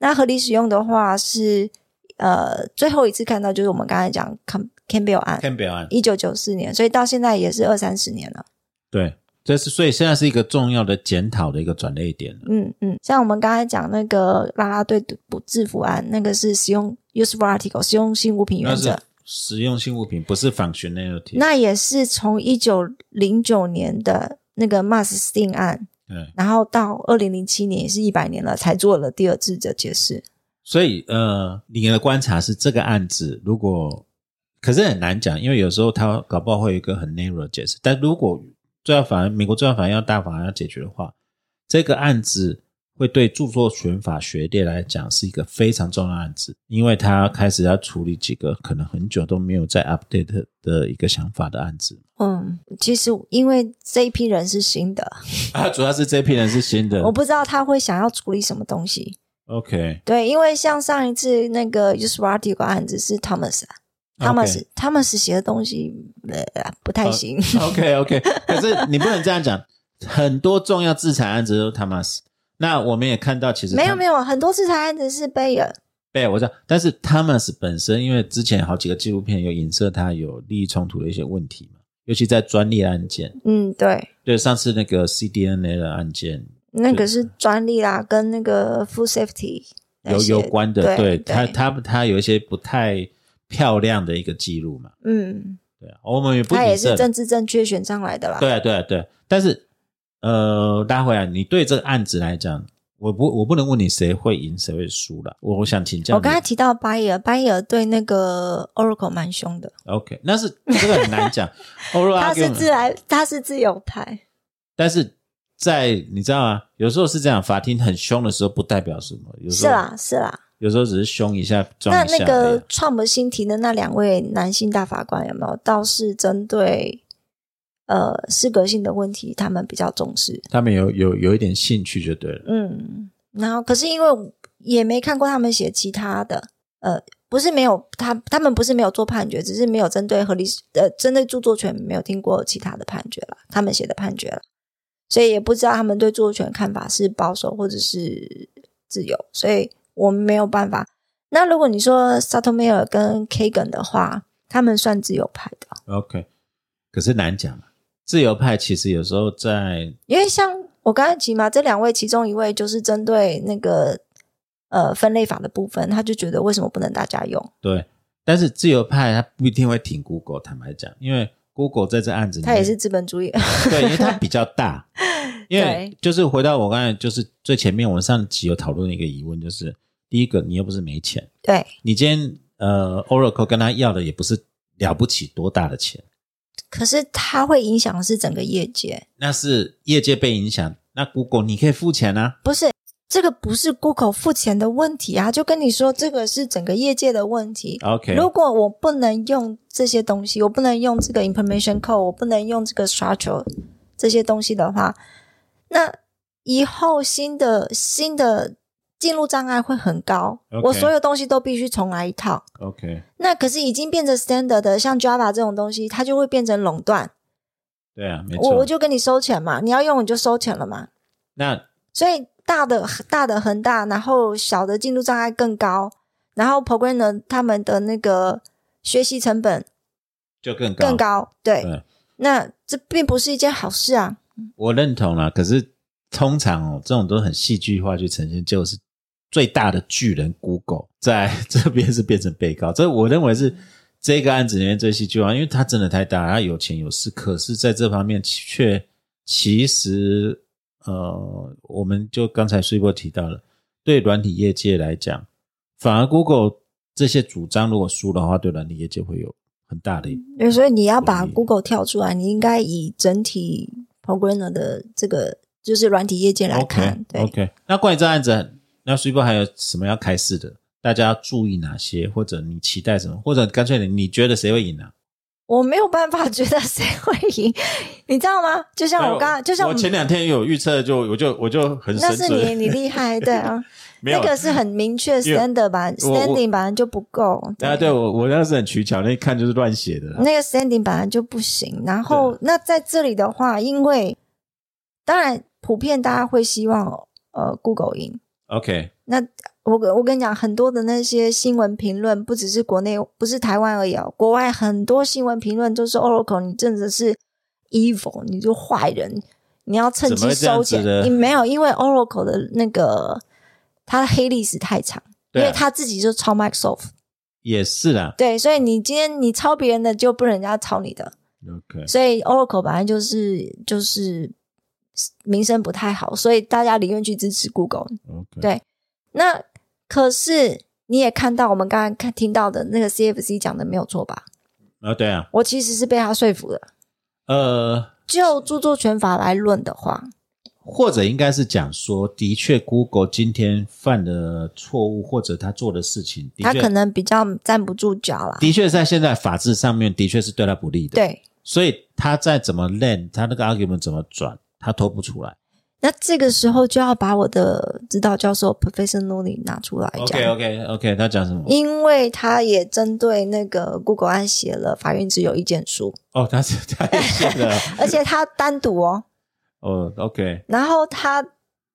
B: 那合理使用的话是，呃，最后一次看到就是我们刚才讲 Cam- Campbell 案，
C: ，Campbell 案
B: 一九九四年，所以到现在也是二三十年了。
C: 对，这是所以现在是一个重要的检讨的一个转类点了。
B: 嗯嗯，像我们刚才讲那个啦啦队不制服案，那个是使用 useful article 使用性物品
C: 那
B: 原
C: 是
B: 则，
C: 实用性物品，不是 functionality。
B: 那也是从一九零九年的那个 Mass Sting 案，
C: 对，
B: 然后到二零零七年，也是一百年了，才做了第二次的解释。
C: 所以呃，你的观察是这个案子如果。可是很难讲，因为有时候它搞不好会有一个很 narrow 的解释。但如果最高法院、美国最高法院要大法院要解决的话，这个案子会对著作权法学界来讲是一个非常重要的案子，因为它开始要处理几个可能很久都没有再 update 的一个想法的案子。
B: 嗯，其实因为这一批人是新的，
C: 啊，主要是这批人是新的
B: 我不知道他会想要处理什么东西。
C: ，OK，
B: 对，因为像上一次那个 u s u a r t i 个案子是 Thomas 啊 Thomas Thomas 写的东西呃不
C: 哦
B: 太行。
C: OK OK，可 是你不能这样讲，很多重要制裁案子都是 Thomas。那我们也看到，其实
B: 没有没
C: 有
B: 有，很多制裁案子是贝尔，
C: 对，我知道，但是 Thomas 本身，因为之前好几个纪录片有影射他有利益冲突的一些问题嘛，尤其在专利案件，
B: 嗯，对，
C: 对上次那个 CDNA 的案件
B: 那个是专利啦，跟那个 Food Safety 那
C: 有
B: 些
C: 有关的，
B: 对
C: 他他他有一些不太漂亮的一个记录嘛，
B: 嗯，
C: 对啊，我们也不
B: 他也
C: 谨
B: 是
C: 慎。
B: 政治正确选上来的啦。
C: 对啊，对啊，对啊。但是，呃，拉回来，你对这个案子来讲，我不，我不能问你谁会赢，谁会输了。我我想请教你。
B: 我刚才提到巴耶尔，巴耶尔对那个 Oracle 蛮凶的，
C: OK，那是这个很 难讲。Oral
B: 他是
C: argument
B: 自来，他是自由派。
C: 但是在你知道吗？有时候是这样，法庭很凶的时候不代表什么，有时
B: 是
C: 候
B: 啦，是啦。
C: 有时候只是凶一下，装
B: 那
C: 一下而已
B: 那
C: 啊。
B: 个 Trump 新提的那两位男性大法官有没有倒是针对呃适格性的问题，他们比较重视？
C: 他们有有有一点兴趣就对了。
B: 嗯，然后可是因为也没看过他们写其他的，呃，不是没有他他们不是没有做判决，只是没有针对合理呃针对著作权没有听过其他的判决啦，他们写的判决啦，所以也不知道他们对著作权看法是保守或者是自由，所以我们没有办法。那如果你说 s a t o m a y r 跟 Kagan 的话，他们算自由派的，
C: OK，可是难讲嘛。自由派其实有时候在
B: 因为像我刚才提嘛，这两位其中一位就是针对那个呃分类法的部分，他就觉得为什么不能大家用？
C: 对，但是自由派他不一定会挺 Google。坦白讲，因为 Google 在这案子里面，
B: 他也是资本主义，
C: 对，因为它比较大。因为
B: 对
C: 就是回到我刚才，就是最前面我们上集有讨论一个疑问，就是第一个，你又不是没钱，
B: 对，
C: 你今天呃 Oracle 跟他要的也不是了不起多大的钱，
B: 可是它会影响的是整个业界，
C: 那是业界被影响。那 Google 你可以付钱啊，
B: 不是这个不是 Google 付钱的问题啊，就跟你说这个是整个业界的问题。
C: OK
B: 如果我不能用这些东西，我不能用这个 information code，我不能用这个 structure 这些东西的话，那以后新的新的进入障碍会很高。
C: OK
B: 我所有东西都必须重来一套。
C: OK，
B: 那可是已经变成 standard 的，像 Java 这种东西，它就会变成垄断。
C: 对啊，没
B: 我
C: 错
B: 我。就跟你收钱嘛，你要用你就收钱了嘛。
C: 那
B: 所以大的大的恒大，然后小的进度障碍更高，然后 programmer 他们的那个学习成本
C: 就更高
B: 更高，对，
C: 对
B: 那这并不是一件好事啊。
C: 我认同啦，可是通常哦，这种都很戏剧化去呈现，就是最大的巨人 Google 在 这边是变成被告，这我认为是这个案子里面最戏剧化，因为他真的太大，他有钱有势，可是在这方面却其实呃，我们就刚才苏波提到了，对软体业界来讲，反而 Google 这些主张如果输的话，对软体业界会有很大的
B: 所以你要把
C: 同意
B: Google 跳出来，你应该以整体 programmer 的这个就是软体业界来看
C: OK，
B: 对。
C: OK，那关于这案子，那 s u p e 还有什么要开示的？大家要注意哪些，或者你期待什么，或者干脆你你觉得谁会赢啊？
B: 我没有办法觉得谁会赢， 你知道吗？就像我刚刚，就像
C: 我前两天有预测，就我就我就很
B: 那
C: 神
B: 是你
C: 准，
B: 你厉害，对啊。
C: 没有
B: 那个是很明确
C: 因为
B: standard 版
C: 我我
B: ，standing 版就不够。
C: 啊，对我我当时很取巧，那一看就是乱写的啦。
B: 那个 standing 本来就不行。然后，那在这里的话，因为当然普遍大家会希望呃 Google 赢。
C: OK，
B: 那我跟我跟你讲，很多的那些新闻评论，不只是国内，不是台湾而已哦，国外很多新闻评论都是 Oracle，你真的是 evil，你就坏人，你要趁
C: 怎么
B: 机
C: 会这样
B: 收
C: 子
B: 钱
C: 呢。
B: 你没有，因为 Oracle 的那个它的黑历史太长，因
C: 对啊
B: 为他自己就抄 Microsoft，
C: 也是啦。
B: 对，所以你今天你抄别人的，就不能人家抄你的。
C: OK，
B: 所以 Oracle 本来就是就是名声不太好，所以大家宁愿去支持 Google。
C: OK，
B: 对那可是你也看到，我们刚刚看听到的那个 CFC 讲的没有错吧？
C: 啊，对啊，
B: 我其实是被他说服的。
C: 呃，
B: 就著作权法来论的话，
C: 或者应该是讲说，的确，Google 今天犯的错误或者他做的事情，的
B: 他
C: 确
B: 可能比较站不住脚啦。
C: 的确在现在法制上面的确是对他不利的。
B: 对，
C: 所以他再怎么练，他那个 argument 怎么转，他拖不出来。
B: 那这个时候就要把我的指导教授 Professor Nuri 拿出来讲。
C: OK OK，他讲什么？
B: 因为他也针对那个 Google 案写了法院只有意见书，
C: 哦，他是 他也是的。
B: 而且他单独哦，
C: 哦，OK，
B: 然后他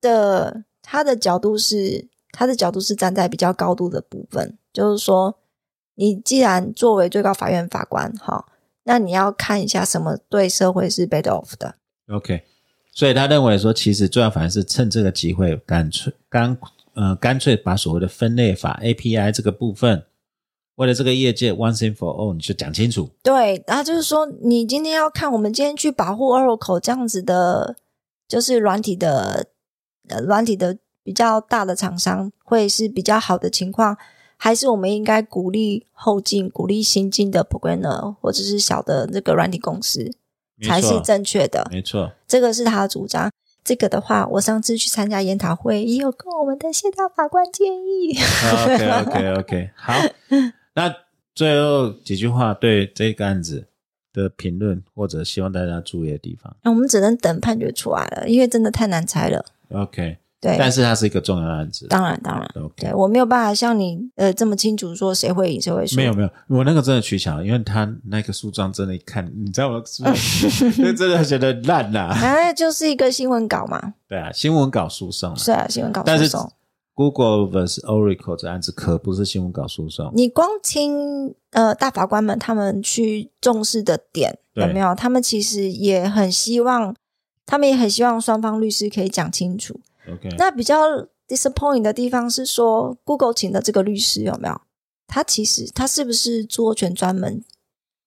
B: 的他的角度是他的角度是站在比较高度的部分，就是说，你既然作为最高法院法官，哈，那你要看一下什么对社会是 bad off 的，
C: OK，所以他认为说，其实最要反而是趁这个机会，干脆干呃干脆把所谓的分类法 API 这个部分，为了这个业界 once and for all，你就讲清楚。
B: 对，然后就是说，你今天要看我们今天去保护 Oracle 这样子的，就是软体的呃软体的比较大的厂商会是比较好的情况，还是我们应该鼓励后进、鼓励新进的 programmer 或者是小的这个软体公司
C: 没
B: 才是
C: 错，
B: 正确的？
C: 没错。
B: 这个是他的主张。这个的话，我上次去参加研讨会，也有跟我们的谢大法官建议。
C: OK OK OK，好。那最后几句话对这个案子的评论，或者希望大家注意的地方。
B: 那我们只能等判决出来了，因为真的太难猜了。
C: OK，
B: 对，
C: 但是它是一个重要的案子。
B: 当然当然。
C: OK，
B: 对我没有办法像你呃这么清楚说谁会赢谁会输，
C: 没有没有，我那个真的取巧，因为他那个书章真的，一看，你知道我的书 章，那真的觉得烂啦、
B: 哎，就是一个新闻稿嘛，
C: 对啊，新闻稿书上、啊，
B: 是啊，新闻稿
C: 但
B: 诉
C: 是
B: 讼。
C: Google vs Oracle 这案子可不是新闻稿诉讼，
B: 你光听呃大法官们他们去重视的点
C: 对
B: 有没有？他们其实也很希望，他们也很希望双方律师可以讲清楚。
C: OK，
B: 那比较 disappoint 的地方是说，Google 请的这个律师有没有？他其实他是不是著作权专门？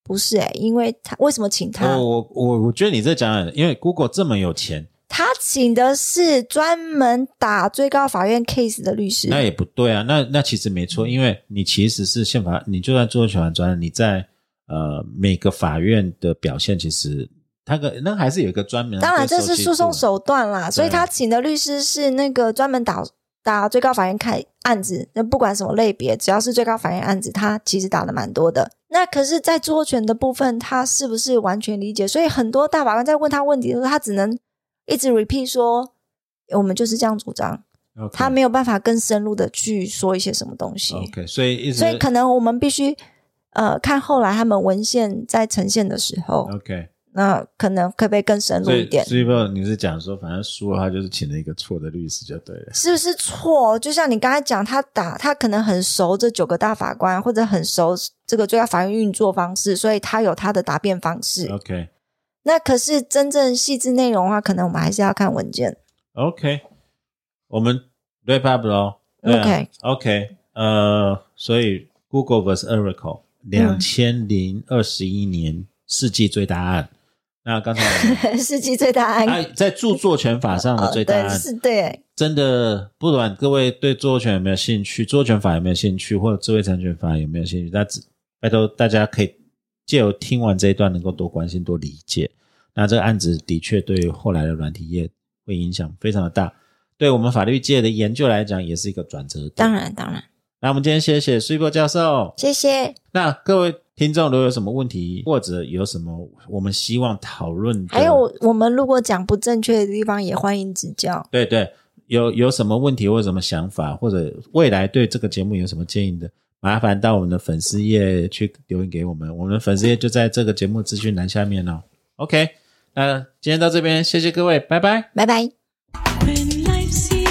B: 不是诶、因为他为什么请他？
C: 呃我我我我觉得你这讲得很，因为 Google 这么有钱，
B: 他请的是专门打最高法院 case 的律师，
C: 那也不对啊，那那其实没
B: 嗯
C: 错，因为你其实是宪法，你就算做权专专，你在呃每个法院的表现，其实它个那还是有一个专门的
B: 当然
C: 接
B: 这
C: 受
B: 是
C: 记
B: 诉讼
C: 录啊
B: 手段啦，所以
C: 对啊
B: 他请的律师是那个专门打打最高法院开案子，那不管什么类别，只要是最高法院案子，他其实打的蛮多的。那可是，在著作权的部分，他是不是完全理解？所以很多大法官在问他问题的时候，他只能一直 repeat 说，我们就是这样主张，
C: ，OK，
B: 他没有办法更深入的去说一些什么东西。
C: OK，所以一直
B: 所以可能我们必须呃看后来他们文献在呈现的时候，
C: OK，
B: 那可能可不可以更深入
C: 哦所
B: 一
C: 以
B: 点？
C: 所以不你是讲说，反正输了他就是请了一个错的律师就对了。
B: 是不是错？就像你刚才讲，他打他可能很熟这九个大法官，或者很熟这个最高法院运作方式，所以他有他的答辩方式。
C: OK
B: 那可是真正细致内容的话，可能我们还是要看文件。
C: OK，我们 wrap up 喽。对啊
B: OK
C: OK，呃，所以 Google vs Oracle
B: 嗯
C: 两千零二十一年世纪最大案。那刚才 我们
B: 世纪最大案，
C: 啊，在著作权法上的
B: 呃
C: 啊最大
B: 对，
C: 案，
B: 是对，
C: 真的不管各位对著作权有没有兴趣，著作权法有没有兴趣，或者智慧产权法有没有兴趣，那只拜托大家可以借由听完这一段，能够多关心、多理解。那这个案子的确对后来的软体业会影响非常的大，对我们法律界的研究来讲，也是一个转折点。
B: 当，然当然，
C: 那我们今天谢谢 s u p e 教授。
B: 谢谢。
C: 那各位听众，如果有什么问题，或者有什么我们希望讨论的，
B: 还有我们如果讲不正确的地方，也欢迎指教。
C: 对对，有有什么问题或者什么想法，或者未来对这个节目有什么建议的，麻烦到我们的粉丝页去留言给我们。我们的粉丝页就在这个节目资讯栏下面哦。OK，那今天到这边，谢谢各位，拜拜。
B: 拜拜。
A: When life seems